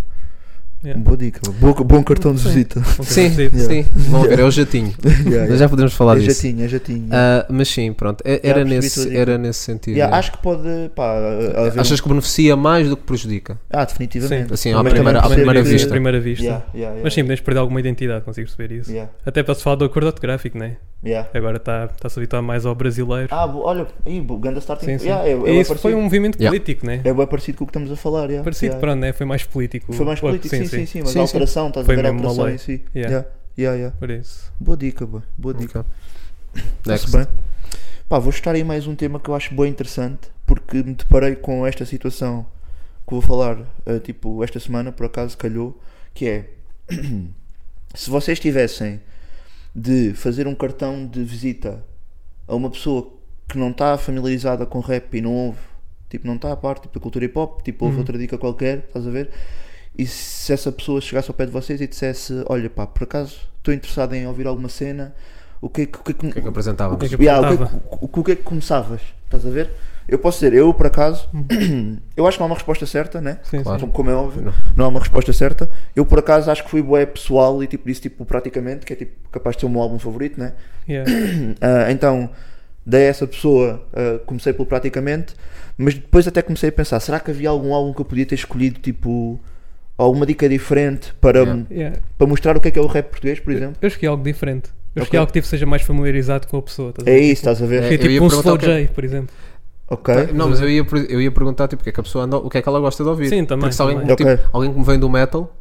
B: Yeah.
F: Boa dica, boa- bom, cartão de visita.
G: Sim, sim,
F: Yeah.
G: vão ver, é o jatinho.
F: Yeah,
G: Mas
F: yeah.
G: já podemos falar
F: É
G: disso.
F: jatinho, é jatinho.
G: Ah, mas sim, pronto,
F: Já
G: é- era,
F: percebi tudo
G: nesse,
F: isso.
G: era nesse sentido.
F: Yeah,
G: é.
F: acho que pode. Pá, haver um-
G: Achas que beneficia mais do que prejudica?
F: Ah, definitivamente.
B: Sim,
G: assim, à
F: Também-
G: primeira- à
F: também
G: primeira
F: percebo
G: vista.
B: À primeira vista.
F: que- Yeah, yeah, yeah.
B: Mas sim, podemos perder alguma identidade, consigo perceber isso.
F: Yeah,
B: Até para se falar do acordo ortográfico, né?
F: yeah.
B: Agora está tá se habituar mais ao brasileiro.
F: Ah, bo- olha, aí, bo- Ganda Starting.
B: sim, sim.
F: Yeah, é, é
B: e
F: bué
B: isso foi um
F: parecido-
B: movimento
G: Yeah.
B: político, né?
F: É bem parecido com o que estamos a falar. Yeah.
B: Parecido,
F: yeah.
B: pronto, né? Foi mais político.
F: Foi mais
B: o acordo,
F: político, sim, sim, sim. Mas
G: Sim,
F: a
G: sim.
F: alteração, estás a
B: Foi
F: ver a
B: mesmo uma
F: alteração
B: lei.
F: em si.
B: Yeah.
F: Yeah, yeah, yeah.
B: Por isso.
F: Boa dica, boa, boa dica.
G: Ok.
F: Está-se
G: Next.
F: bem. Pá, vou estar aí mais um tema que eu acho bem interessante, porque me deparei com esta situação que vou falar, eh, tipo, esta semana, por acaso calhou, que é se vocês tivessem de fazer um cartão de visita a uma pessoa que não está familiarizada com rap e não ouve, tipo, não está a parte tipo, da cultura hip hop, tipo, ouve outra dica qualquer, estás a ver? E se essa pessoa chegasse ao pé de vocês e dissesse: Olha, pá, por acaso estou interessado em ouvir alguma cena, o que é que- o que é que-
G: O que é que apresentávamos?
B: O que é que
F: Yeah, o, que é
B: apresentava?
F: que, o- o que é que começavas? Estás a ver? Eu posso dizer, eu por acaso, eu acho que não há uma resposta certa, né?
B: Sim, sim.
G: Claro.
F: Como, como é óbvio,
G: Não.
F: não. há uma resposta certa. Eu por acaso acho que fui bué pessoal e tipo disse tipo praticamente, que é tipo capaz de ser o meu álbum favorito, né?
B: Yeah.
F: Ah, então dei a essa pessoa, ah, comecei pelo praticamente, mas depois até comecei a pensar, será que havia algum álbum que eu podia ter escolhido, tipo, alguma dica diferente para,
G: Yeah.
B: Yeah.
F: para mostrar o que é que é o rap português, por exemplo?
B: Eu escolhi algo diferente. Eu escolhi
F: Ok.
B: algo que tipo, seja mais familiarizado com a pessoa. Estás a
F: É
B: ver?
F: isso, estás a ver?
G: É.
B: Escolhi,
G: eu ia
B: tipo um
G: perguntar
B: Slow
G: o que é
B: J, por exemplo.
F: Ok.
G: Não, mas eu ia, per- eu ia perguntar tipo, o que é que a pessoa anda, o que é que ela gosta de ouvir.
B: Sim, também,
G: Porque se alguém,
B: também.
G: Como, tipo,
F: Ok.
G: alguém que me vem do metal,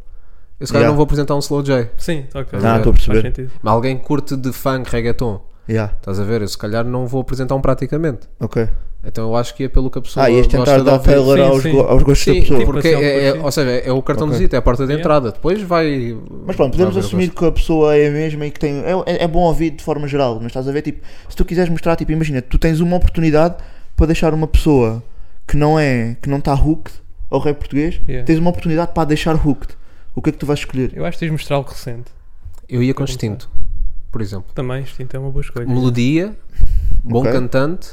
G: eu se calhar
F: Yeah.
G: não vou apresentar um slow J.
B: Sim, ok.
F: Ah, estou a
B: Faz
F: perceber.
B: sentido.
G: Mas alguém que curte de funk, reggaeton,
F: Yeah,
G: estás a ver? Eu se calhar não vou apresentar um praticamente.
F: ok.
G: Então eu acho que é pelo que a pessoa
F: Ah, ias
G: gosta
F: tentar
G: de
F: dar
G: ouvir.
F: tailor
B: Sim,
F: aos,
B: sim.
F: go- aos gostos
G: Sim,
F: da pessoa.
B: tipo,
G: porque
B: assim,
G: é, é-
B: algo assim.
G: ou seja, é o cartãozinho, é a porta de
B: Yeah.
G: entrada. Depois vai.
F: Mas pronto, podemos assumir que a pessoa é a mesma e que tem. É, é- é bom ouvir de forma geral, mas estás a ver? Tipo, se tu quiseres mostrar, tipo, imagina, tu tens uma oportunidade para deixar uma pessoa que não é. que não está hooked ao rap português,
B: Yeah.
F: tens uma oportunidade para a deixar hooked. O que é que tu vais escolher?
B: Eu acho que tens de mostrar algo recente.
G: Eu ia com instinto, por exemplo.
B: Também, isto então é uma boa escolha.
G: Melodia, bom
F: Ok.
G: cantante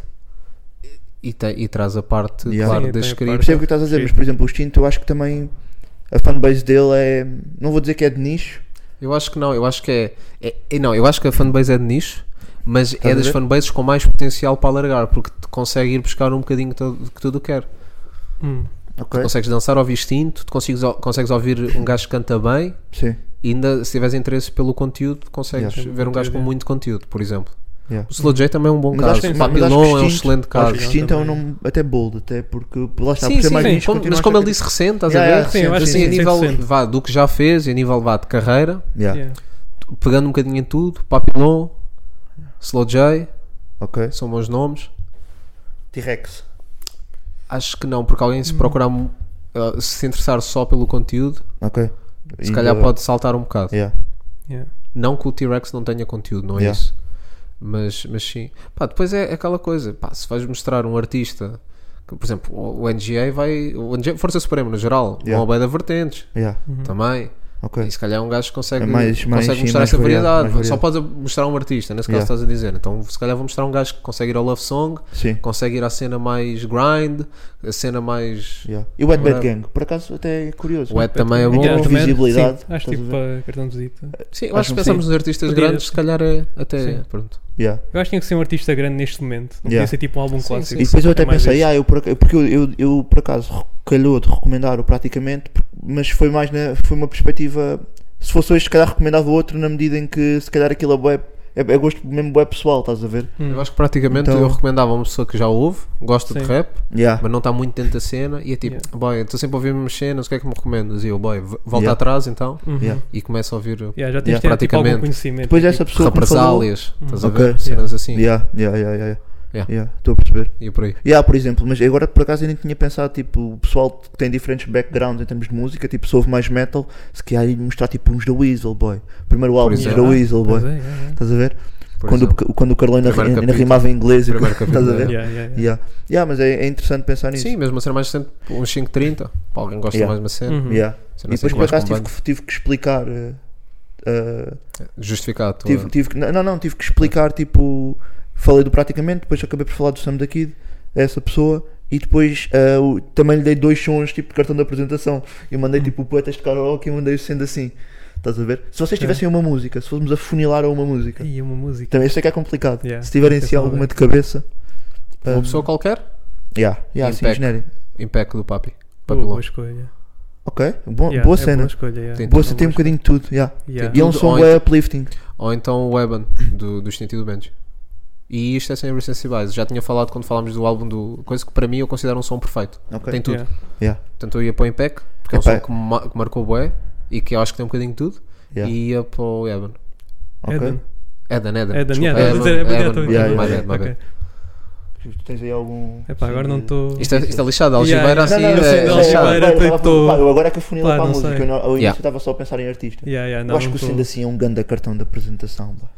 G: e, tem- e traz a parte,
F: Yeah.
G: claro,
B: Sim,
G: da
B: tem a
G: escrita.
B: parte-
F: Percebo o que estás a dizer,
B: Sim.
F: mas por exemplo, o Extinto, eu acho que também a fanbase dele é. não vou dizer que é de nicho,
G: Eu acho que não, eu acho que é, é- é- Não, eu acho que a fanbase é de nicho, mas
F: a
G: é das
F: ver?
G: fanbases com mais potencial para alargar, porque te consegue ir buscar um bocadinho to- que tudo quer.
B: Hum,
F: ok?
G: Consegues dançar, ouvir instinto, tu consegues, ou- consegues ouvir um gajo que canta bem
F: Sim,
G: e ainda se tiveres interesse pelo conteúdo, consegues
F: Yeah.
G: ver um gajo com
B: Yeah.
G: muito conteúdo, por exemplo.
F: yeah.
G: O Slow J também é um bom
F: Mas
G: caso.
F: acho que-
G: o
F: mas acho que
G: Papilon é um
F: Extinto-
G: excelente
F: Acho
G: caso.
F: que Extinto é um
B: também.
F: nome até bold, até porque lá está,
G: Sim,
F: por ser
G: sim,
F: mais
G: sim,
F: nicho,
G: como-
F: continua
G: mas
F: a
G: como
F: ser
G: ele disse recente, estás
F: Yeah,
G: a ver?
F: yeah, Sim, eu recente,
B: acho
G: assim,
B: que
G: a
B: sim,
G: nível
B: recente.
G: vá, do que já fez e a nível vá, de carreira,
F: tipo, Yeah,
B: yeah.
G: pegando um bocadinho em tudo, Papilon, Slow J,
F: Ok.
G: são bons nomes.
F: T-Rex.
G: Acho que não, porque alguém
F: Hum.
G: se procurar mu- uh, se se interessar só pelo conteúdo,
F: Ok.
G: se
F: E,
G: calhar
F: uh,
G: pode saltar um bocado.
F: Yeah.
B: yeah.
G: Não que o T-Rex não tenha conteúdo, não é
F: Yeah.
G: isso. Mas, mas sim. Pá, depois é aquela coisa, pá, se vais mostrar um artista, que, por exemplo, o o NGA vai. O NGA, Força Suprema no geral,
F: Yeah.
G: vão bem da vertentes
F: Yeah.
G: também.
F: Ok.
G: E se calhar é um gajo que consegue,
F: É mais- mais-
G: consegue
F: sim,
G: mostrar
F: mais
G: essa
F: variado,
G: variedade.
F: mais
G: Só
F: variado.
G: podes mostrar um artista, nesse caso
F: Yeah.
G: estás a dizer. Então, se calhar vou mostrar um gajo que consegue ir ao Love Song,
F: Sim.
G: consegue ir à cena mais grind, a cena mais.
F: Yeah. E o Wet
G: Whatever.
F: Bad Gang, por acaso até é curioso.
G: O Ed também é
B: Em
G: bom.
B: termos de média,
F: visibilidade,
B: Então, sim, acho
F: estás a
B: tipo
F: ver?
B: para cartão de visita.
G: Sim, eu acho
F: Acho
G: que
F: que
G: pensamos
F: sim.
G: nos artistas
B: Podia-
G: grandes, se calhar é até.
B: Sim.
G: Pronto.
F: Yeah.
B: Eu acho que tinha que ser um artista grande neste momento. Não podia
F: Yeah.
B: ser tipo um álbum
G: Sim,
B: clássico.
F: E depois eu até
B: É mais
F: pensei,
B: isso.
F: ah, eu por, ac- porque eu, eu, eu, por acaso calhou de recomendar o praticamente, por- mas foi mais na, foi uma perspectiva. Se fosse hoje, se calhar recomendava outro na medida em que se calhar aquilo é, bué- é, é gosto mesmo web pessoal, estás a ver?
B: Hum,
G: Eu acho que praticamente
F: Então-
G: eu recomendava a uma pessoa que já ouve, gosta de
B: Sim.
G: rap,
F: Yeah.
G: mas não está muito dentro da cena e é tipo,
B: Yeah.
G: boy, estou sempre a ouvir mesmas cenas, o que é que me recomendas? E eu, boy, v- volta
F: Yeah.
G: atrás então
B: Uhum.
F: Yeah.
G: e começa a ouvir
B: Yeah, já tens de ter
F: Yeah.
B: tipo, algum
G: Praticamente.
B: conhecimento.
F: Depois essa pessoa que me falou. Hum.
G: represálias, estás a
F: Ok.
G: ver? Cenas assim
F: Yeah, yeah, yeah, yeah,
G: Yeah.
F: yeah. Yeah, Estou a perceber.
G: e por aí.
F: Yeah, por exemplo, mas agora por acaso eu nem tinha pensado, tipo, o pessoal que tem diferentes backgrounds em termos de música, tipo, se ouve mais metal, se calhar ir mostrar tipo uns da Weasel Boy. Primeiro álbum uns da
G: exemplo.
F: Weasel
B: Pois
F: Boy.
B: é, yeah, yeah.
F: Estás a ver?
G: Por
F: Quando,
G: exemplo.
F: o- quando o Carlão ainda,
G: é. Primeiro
F: ainda
G: capítulo.
F: rimava em inglês e
G: Primeiro
F: estás a
G: capítulo,
F: ver?
B: Yeah, yeah, yeah.
F: Yeah. Yeah, mas é, é interessante pensar nisso.
G: Sim, mesmo a cena mais um recente, uns 5,30, para alguém que gosta
F: Yeah.
G: mais de uma cena.
B: Uhum.
F: Yeah.
G: Cena
F: E
G: assim
F: depois
G: que
F: por
G: mais
F: acaso tive
G: combate.
F: que, tive que explicar. eh, eh,
G: Justificado. tu
F: tive,
G: é.
F: tive que- não, não, tive que explicar, tipo, falei do praticamente, depois acabei por falar do Sam da Kid, a essa pessoa, e depois ah, o- também lhe dei dois sons, tipo, de cartão de apresentação, e mandei,
B: Hum.
F: tipo, o poetas de karaoke e mandei sendo assim, estás a ver? Se vocês tivessem uma música, se fôssemos afunilar a uma música,
B: E uma música.
F: também eu sei que é complicado,
B: Yeah,
F: se tiverem
B: tem
F: assim
B: que
F: alguma
B: saber.
F: de cabeça,
G: Uma
F: ah,
G: pessoa qualquer,
F: yeah, yeah, assim,
G: Impec.
F: genérico.
G: Impec do Papi.
F: Uh,
B: Boa, boa
G: Papilão.
B: escolha.
F: Ok, bo-
B: Yeah,
F: boa
B: é
F: cena.
B: Boa escolha, yeah.
G: Sim.
F: Boa,
G: Então,
F: cena, tem um bocadinho de tudo, yeah.
B: Yeah.
F: E é um
G: Tudo,
F: som
G: ou
F: bem
G: então-
F: uplifting.
G: Ou então o Eben, do, do Instinto e do Benji. E isto é sem Sensibilize. Já tinha falado quando falámos do álbum do. Coisa que para mim eu considero um som perfeito.
F: Ok.
G: Tem tudo.
B: Yeah.
F: Yeah,
G: Portanto eu ia para o Impec, porque é um
F: Epá.
G: som que, ma- que marcou bué e que eu acho que tem um bocadinho de tudo.
F: Yeah.
G: E ia para o Eben.
F: ok.
B: Eden.
G: Eden, Eden.
B: Eden,
G: desculpa,
B: yeah, estava a dizer,
G: Eben,
B: é
G: Eben,
B: porque eu
G: my
F: yeah,
G: bad,
F: yeah,
G: my bad.
B: Ok.
F: Tens aí algum.
B: Epá, agora não estou.
G: Isto é, isto é lixado, a
B: Yeah, yeah.
G: Algibeira assim.
B: Não, não, não,
G: é,
B: sim,
G: é
B: não,
G: lixado.
B: Algibeira. Era,
F: Agora-
B: tipo-
F: Pá, eu agora que afunilei
B: Pá,
F: para a
B: não
F: música,
B: sei.
F: eu não- ao início
G: Yeah.
F: estava só a pensar em artista.
B: Yeah, yeah, não,
F: eu acho
B: não
F: que o
B: tô-
F: sendo assim é um grande cartão de apresentação. Boy.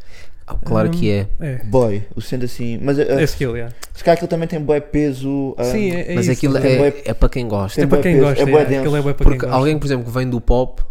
G: Ah, Claro que é.
B: É.
F: boy o sendo assim. Mas uh,
B: É skill, yeah.
F: se calhar aquilo também tem bué peso. ah,
B: Sim, é, é
G: Mas
B: isso.
G: aquilo
F: tem bué-
G: é, é para quem gosta.
F: tem
B: para
F: bué
B: quem
F: peso,
B: gosta.
F: é bué
B: yeah,
F: denso.
B: Aquilo é bué para quem
G: Porque
B: gosta.
G: alguém, por exemplo, que vem do pop,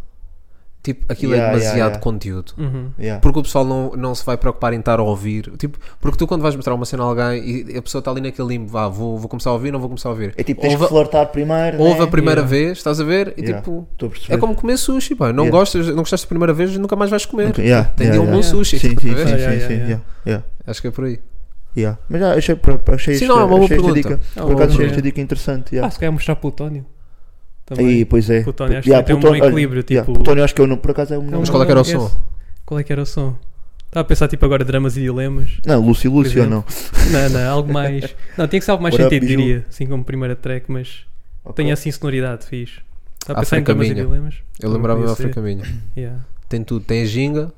G: Tipo, aquilo é
F: Yeah, yeah,
G: demasiado
F: yeah.
G: conteúdo.
B: Uhum.
F: Yeah.
G: Porque o pessoal não, não se vai preocupar em estar a ouvir. Tipo, porque tu quando vais mostrar uma cena a alguém e a pessoa está ali naquele limbo, vá, vou, vou começar a ouvir, não vou começar a ouvir.
F: É tipo, tens
G: Ouve-
F: que flertar primeiro.
G: Ouve
F: né?
G: a primeira
B: Yeah.
G: vez, estás a ver? E
F: Yeah.
G: tipo,
F: Estou a perceber.
G: é como comer sushi, pá. Não
F: Yeah.
G: gostas, não gostaste da primeira vez, nunca mais vais comer.
F: Ok, yeah,
G: Tem de
F: yeah,
G: ir a um bom
F: yeah.
G: sushi.
F: Sim, sim,
G: estás
F: sim,
G: a ver?
F: sim,
B: Yeah, yeah,
F: sim,
B: yeah.
F: yeah, yeah,
G: Acho que é por aí.
F: yeah. Mas já achei, pra- pra- achei
G: Sim,
F: esta,
G: não, é uma boa
F: achei esta
G: pergunta.
F: dica.
G: É uma
F: Por
G: boa
F: acaso achei
B: pergunta.
F: esta dica interessante.
B: Ah,
F: Yeah.
B: se calhar mostrar Plutónio. Também.
F: Aí, pois é.
B: Plutónio, acho
F: Yeah,
B: que tem um bom
F: Plutónio- olha,
B: equilíbrio.
F: yeah,
B: tipo,
F: Plutónio, acho que eu não, por acaso é um.
B: é um
G: Mas qual é que era o
B: bom
G: som?
B: guess. Qual é que era o som? Estava a pensar tipo agora dramas e dilemas.
F: Não, Lúcio, Lúcio ou não?
B: Não, não, algo mais. Não, tinha que ser algo mais
F: What up,
B: sentido,
F: Biju?
B: diria. Assim como primeira track, mas
F: Ok.
B: tem assim sonoridade fixe. Estava a pensar em
G: África
B: dramas e
G: Minha.
B: dilemas.
G: Eu
B: Também
G: lembrava-me da
B: podia ser.
G: África Minha.
B: Yeah.
G: Tem tudo. Tem a ginga,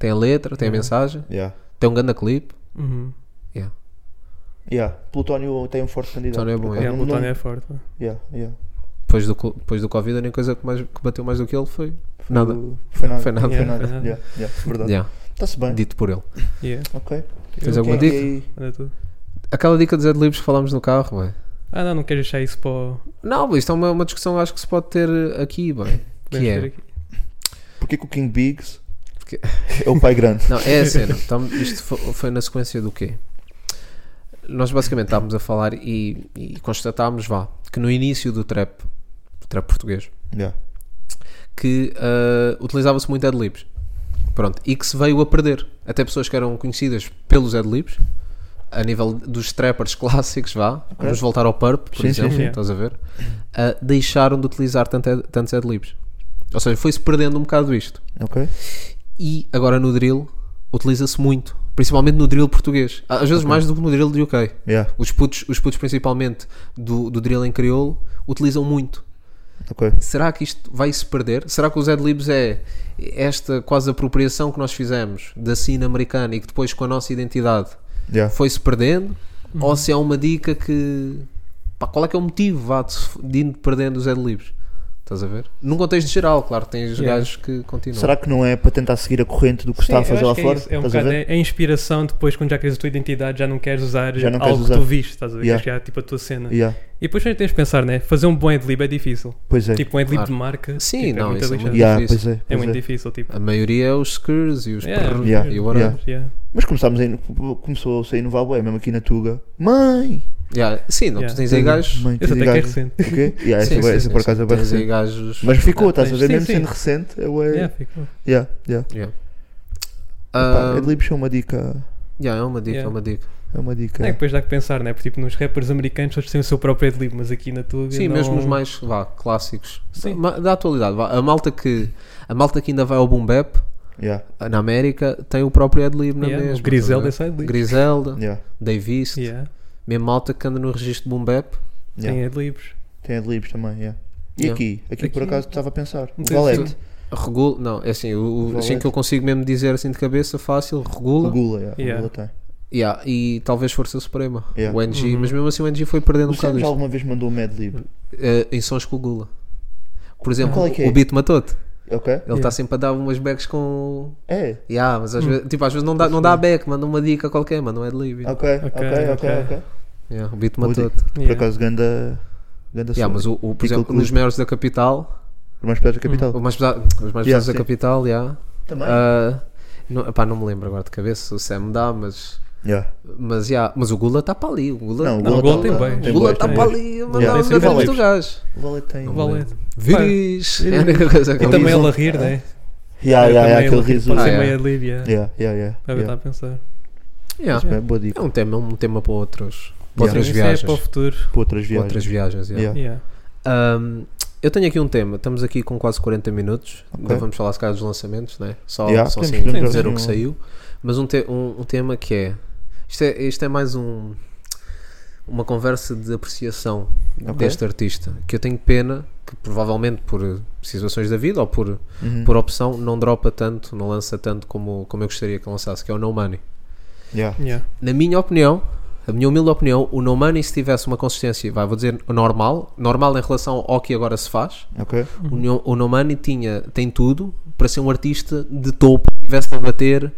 G: tem a letra, tem a mensagem,
F: Yeah.
G: tem um ganda clipe.
B: Uhum.
G: Yeah.
F: Yeah. Plutónio tem um forte candidato.
G: Plutónio é
F: por
G: bom,
F: acaso.
B: Yeah,
F: Não-
B: Plutónio
F: não-
B: é forte. pá.
F: yeah, yeah.
G: Depois do, co- depois do Covid, a única coisa que, mais, que bateu mais do que ele foi.
F: Foi-
G: Nada.
F: Foi nada.
G: Foi nada.
F: Foi
B: Yeah,
F: nada.
B: foi nada.
F: Yeah, yeah, verdade.
G: Yeah,
F: Está-se bem.
G: dito por ele.
B: Yeah.
F: Ok.
G: Tens alguma
F: Ok,
G: dica?
F: e aí?
B: Olha tu.
G: Aquela dica dos adlibs que falámos no carro, bem.
B: Ah, não, não queres deixar isso para. o-
G: Não, isto é uma, uma discussão acho que se pode ter eh, aqui, bem. Que
B: podemos
G: é?
B: ter aqui.
F: Porquê que o King Biggs
G: Porque-
F: é o pai grande?
G: Não, é a cena. Tam- isto fo- foi, na sequência do quê? Nós basicamente estávamos a falar e, e constatámos, vá, que no início do trap, do trap português,
F: Yeah.
G: que ah, utilizava-se muito adlibs. Pronto, e que se veio a perder. Até pessoas que eram conhecidas pelos adlibs, a nível dos trappers clássicos, vá, vamos voltar ao Purp, por
F: Sim, sim,
G: exemplo,
B: sim.
G: estás a ver, ah, deixaram de utilizar tanto ad- tantos adlibs. Ou seja, foi-se perdendo um bocado isto.
F: Ok.
G: E agora no drill utiliza-se muito, principalmente no drill português, Ah, às vezes mais do que no drill de UK.
F: Yeah.
G: Os putos, os putos principalmente do, do drill em crioulo, utilizam muito.
F: Ok.
G: Será que isto vai se perder? Será que os adlibs é esta quase apropriação que nós fizemos da cena americana e que depois com a nossa identidade
F: Yeah.
G: foi-se perdendo?
B: Uhum.
G: Ou se é uma dica que. Pá, qual é que é o motivo vá, de, se- de ir perdendo os adlibs? Estás a ver? Num contexto geral, claro, tens
B: Yeah.
G: gajos que continuam.
F: Será que não é para tentar seguir a corrente do que se está a
B: Sim, eu
F: fazer
B: acho
F: lá
B: que
F: fora?
B: É, isso. é um
F: Estás a
B: bocado
F: ver?
B: é, é inspiração depois quando já queres a tua identidade, já não queres usar
F: Já não
B: algo
F: queres
B: que tu
F: usar.
B: viste, estás a ver?
F: Yeah.
B: Queres criar, tipo a tua cena.
F: Yeah.
B: E depois também tens de pensar, né? Fazer um bom adlib é difícil.
F: Pois é.
B: Tipo um adlib
G: Claro.
B: de marca.
G: Sim,
B: tipo,
G: não,
B: é muito
G: isso é muito
B: lixado.
F: yeah,
G: difícil.
F: pois é.
B: É
F: pois
B: muito
F: é.
B: difícil, tipo.
G: A maioria é os skurs e os
B: Yeah,
G: prrr
F: yeah,
G: e o whatever.
F: yeah.
B: yeah.
F: Mas começámos a, in- começou a inovar, bué, mesmo aqui na Tuga. Mãe!
G: Yeah, Sim, não,
B: Yeah.
G: tu tens aí gajos.
F: Mãe,
B: Esse
F: tens aí
B: até que é
F: gajo-
B: recente.
F: O quê? Yeah, essa,
G: Sim,
F: bué-
G: sim,
F: essa por
G: sim,
F: acaso é bué
G: tens aí
F: recente.
G: gajos.
F: Mas ficou, estás a
B: tens-
F: ver?
B: sim,
F: Mesmo
B: sim.
F: sendo recente, é bué-
B: Yeah, ficou.
F: Yeah, yeah.
G: Yeah.
F: Pá,
G: Ah,
F: Adlibs é uma dica.
G: yeah, é uma dica,
B: Yeah.
G: é uma dica.
F: É uma dica.
B: É que depois dá que pensar, né? Porque tipo nos rappers americanos eles têm o seu próprio adlib, mas aqui na tua.
G: Sim,
B: não...
G: mesmo os mais vá, clássicos
B: Sim.
G: Ma- da atualidade. vá. A malta que a malta que ainda vai ao boom bap
F: Yeah,
G: na América tem o próprio adlib na
B: Yeah,
G: mesma.
B: o Griselda
G: estás
B: é só
G: a ver?
B: adlib.
G: tá Griselda,
F: yeah,
G: Davis,
B: Yeah.
G: mesmo malta que anda no registro de boom bap.
F: yeah.
B: Tem adlibs.
F: Tem adlibs também, yeah. E
G: Yeah.
F: aqui? Aqui, por
B: Aqui-
F: acaso estava a pensar. O
B: Sim,
F: Valete.
G: Regula, não, é assim, o, o- assim
F: Valete.
G: que eu consigo mesmo dizer assim de cabeça, fácil, regula.
F: O Gula, yeah.
B: Yeah.
F: O Gula tem.
G: Yeah, e talvez Força Suprema,
F: Yeah.
G: o
B: Uhum.
G: NG, mas mesmo assim o NG foi perdendo um
F: O Sam
G: bocado
F: já
G: isto.
F: alguma vez mandou um adlib.
G: Eh, em sons com o Gula. Por exemplo,
F: Qual é que é?
G: o Beat matou-te.
F: Ok?
G: Ele está sempre a dar umas backs com.
F: É.
G: Yeah, mas às vezes, tipo, às vezes não dá, não dá a back, manda uma dica qualquer, manda um adlib.
F: Ok, ok, ok,
B: ok.
F: ok.
G: Yeah, o Beat
F: Vou dizer.
G: matou-te.
F: Por
B: Yeah.
F: acaso, ganda. Ganda
G: Yeah, mas o, o, por
F: Pickle
G: exemplo,
F: Club.
G: nos maiores da capital,
F: mais perto da capital.
G: os mais pesados, os
F: Yeah,
G: mais pesados da
F: sim.
G: capital, yeah.
F: Também.
G: Ah, não, epá, não me lembro agora de cabeça, o Sam dá, mas.
F: Yeah.
G: Mas, yeah, mas o Gula está para ali. O Gula
F: Não, o
B: Não, o
F: Gula
B: Gol
F: tá-
B: tem bem.
F: tem
G: O Gula
F: boas,
G: está
F: tem
G: para
F: boas.
G: ali a mandar
F: Yeah.
G: os
F: Tem sempre
G: adlibs do
F: valipes.
G: gajo.
F: O Valete tem.
B: O Valete.
G: Viris! É a única coisa que
B: E
G: eu
B: também
G: digo.
B: ele a rir, né?
F: Ah, Yeah, yeah, yeah, aquele
B: Também ele
F: riso.
B: Pode
G: Ah,
B: ser
G: yeah.
B: meio adlib, yeah.
F: é Yeah, yeah, yeah.
B: Estava a
F: yeah.
B: pensar.
G: Yeah.
F: Bem, Boa dica.
G: É um tema, um tema para outros, para
F: Yeah.
G: outras
B: Sim,
G: viagens.
B: Isso é para o futuro.
F: Para outras
G: Para
F: viagens.
G: outras viagens, yeah.
F: Yeah.
B: Yeah.
G: Ahm, eu tenho aqui um tema, estamos aqui com quase 40 minutos,
F: Ok.
G: ainda vamos falar se calhar dos lançamentos, né? só,
F: Yeah,
G: só
F: temos
G: assim,
F: que
G: dizer o que
F: um-
G: saiu, mas um, te- um- um tema que é isto, é, isto é mais um uma conversa de apreciação deste artista, que eu tenho pena que provavelmente por eh, situações da vida ou por,
F: Uhum.
G: por opção não dropa tanto, não lança tanto como, como eu gostaria que lançasse, que é o No Money.
F: Yeah.
B: Yeah.
G: Na minha opinião, a minha humilde opinião, o No Money, se tivesse uma consistência, vai, vou dizer normal, normal em relação ao que agora se faz,
F: Ok.
G: o No- o No Money tinha, tem tudo para ser um artista de topo, que tivesse a bater,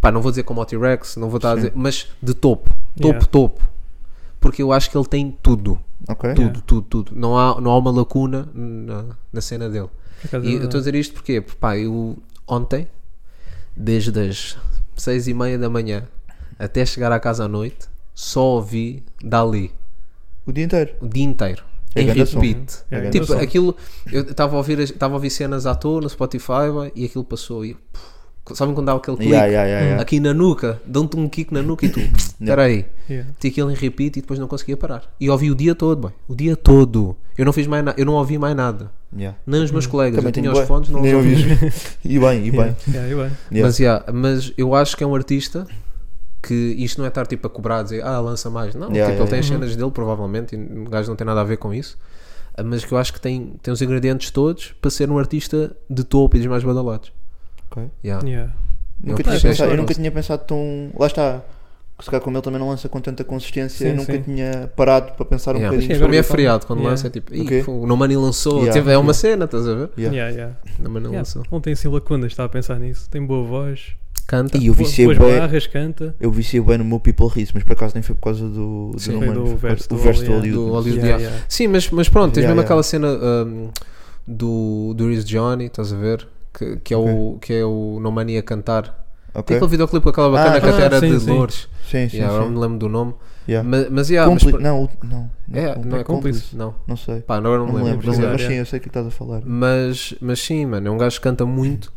G: pá, não vou dizer como o T-Rex, não vou estar a dizer, mas de topo, topo,
B: Yeah.
G: topo, porque eu acho que ele tem tudo.
F: Ok?
G: Tudo, tudo, tudo. Não há, não há uma lacuna na, na cena dele.
B: Por acaso,
G: E eu estou a dizer isto porque, pá, eu ontem, desde as seis e meia da manhã até chegar à casa à noite, só ouvi Dali
F: O dia inteiro.
G: o dia inteiro.
F: É
G: em
F: grande som.
G: repeat.
F: É grande
G: tipo,
F: som.
G: aquilo. Eu estava a, ouvir as- tava a ouvir cenas à toa no Spotify vai, e aquilo passou e. puf, Sabem quando dá aquele clique?
F: Yeah, yeah, yeah, yeah.
G: Aqui na nuca, dão-te um kick na nuca e tu. Espera aí.
B: Yeah.
G: Tinha aquilo em repeat e depois não conseguia parar. E ouvi o dia todo, boy. O dia todo. Eu não fiz mais nada. Eu não ouvi mais nada.
F: Yeah.
G: Nem os meus colegas.
F: Hum. Também
G: Uhum. eu
F: tenho
G: tinha os
F: bué.
G: fones, não
F: Nem
G: os
F: ouvi.
G: ouvi.
F: E bem, e bem.
B: Yeah, eu acho.
F: Yeah.
G: Mas, yeah, mas eu acho que é um artista que isto não é estar tipo a cobrar, a dizer ah, lança mais. Não,
F: Yeah,
G: tipo,
F: yeah,
G: ele tem as cenas dele, provavelmente, e o gajo não tem nada a ver com isso. Ah, Mas que eu acho que tem, tem os ingredientes todos para ser um artista de topo e dos mais badalados.
F: Ok.
G: Yeah.
B: Yeah.
F: Nunca
G: Eu
F: tinha
G: acho-
F: pensado, eu
G: acho-
F: nunca tinha pensado tão. Lá está. Se calhar como ele também não lança com tanta consistência,
B: Sim,
F: eu nunca
B: sim.
F: tinha parado para pensar um
G: Yeah.
B: Sim,
F: bocadinho.
B: agora-
G: Também é feriado quando
B: Yeah.
G: lança, é tipo, "Ih,
F: Ok.
G: fogo, o Nomani lançou,
F: Yeah,
G: teve- é uma cena, estás a ver?
F: Yeah.
B: Yeah, yeah.
G: O Nomani
B: Yeah.
G: lançou.
B: Não tem assim lacunas, estava a pensar nisso. Tem boa voz,
G: Canta.
F: E é eu
B: boas
F: viciei bem.
B: barras, canta.
F: Eu viciei bem no meu People Riz, mas por acaso nem foi por causa do, do
G: Sim.
F: Numan,
B: Foi do
F: foi por causa
B: verso
F: do
B: do
F: verso do
B: Hollywood.
F: Hollywood.
G: do Hollywood
B: Yeah,
G: Diabo.
B: yeah.
G: Sim, mas, mas pronto, tens
F: Yeah,
G: mesmo
F: yeah.
G: aquela cena hum, do, do Riz Johnny, estás a ver? Que, que, é o, que é o Nomani a cantar. Tem
F: Ok?
G: aquele videoclipe com aquela bacana
F: Ah,
G: que até
B: ah,
G: era
B: sim,
G: de
B: sim.
G: Lourdes.
F: Sim, sim,
G: Yeah, agora não
F: sim.
G: me lembro do nome.
F: Yeah.
G: Mas, mas, yeah, Ah, mas
F: Compli-
G: pr-
F: Não, o- não.
G: É, não é
B: cúmplice.
G: Não.
F: Não sei.
G: Pá, agora não,
F: Não me lembro, não me lembro, mas
G: mas, é.
F: sim, eu sei o que estás a falar.
G: mas, mas sim, mano, é um gajo que canta muito.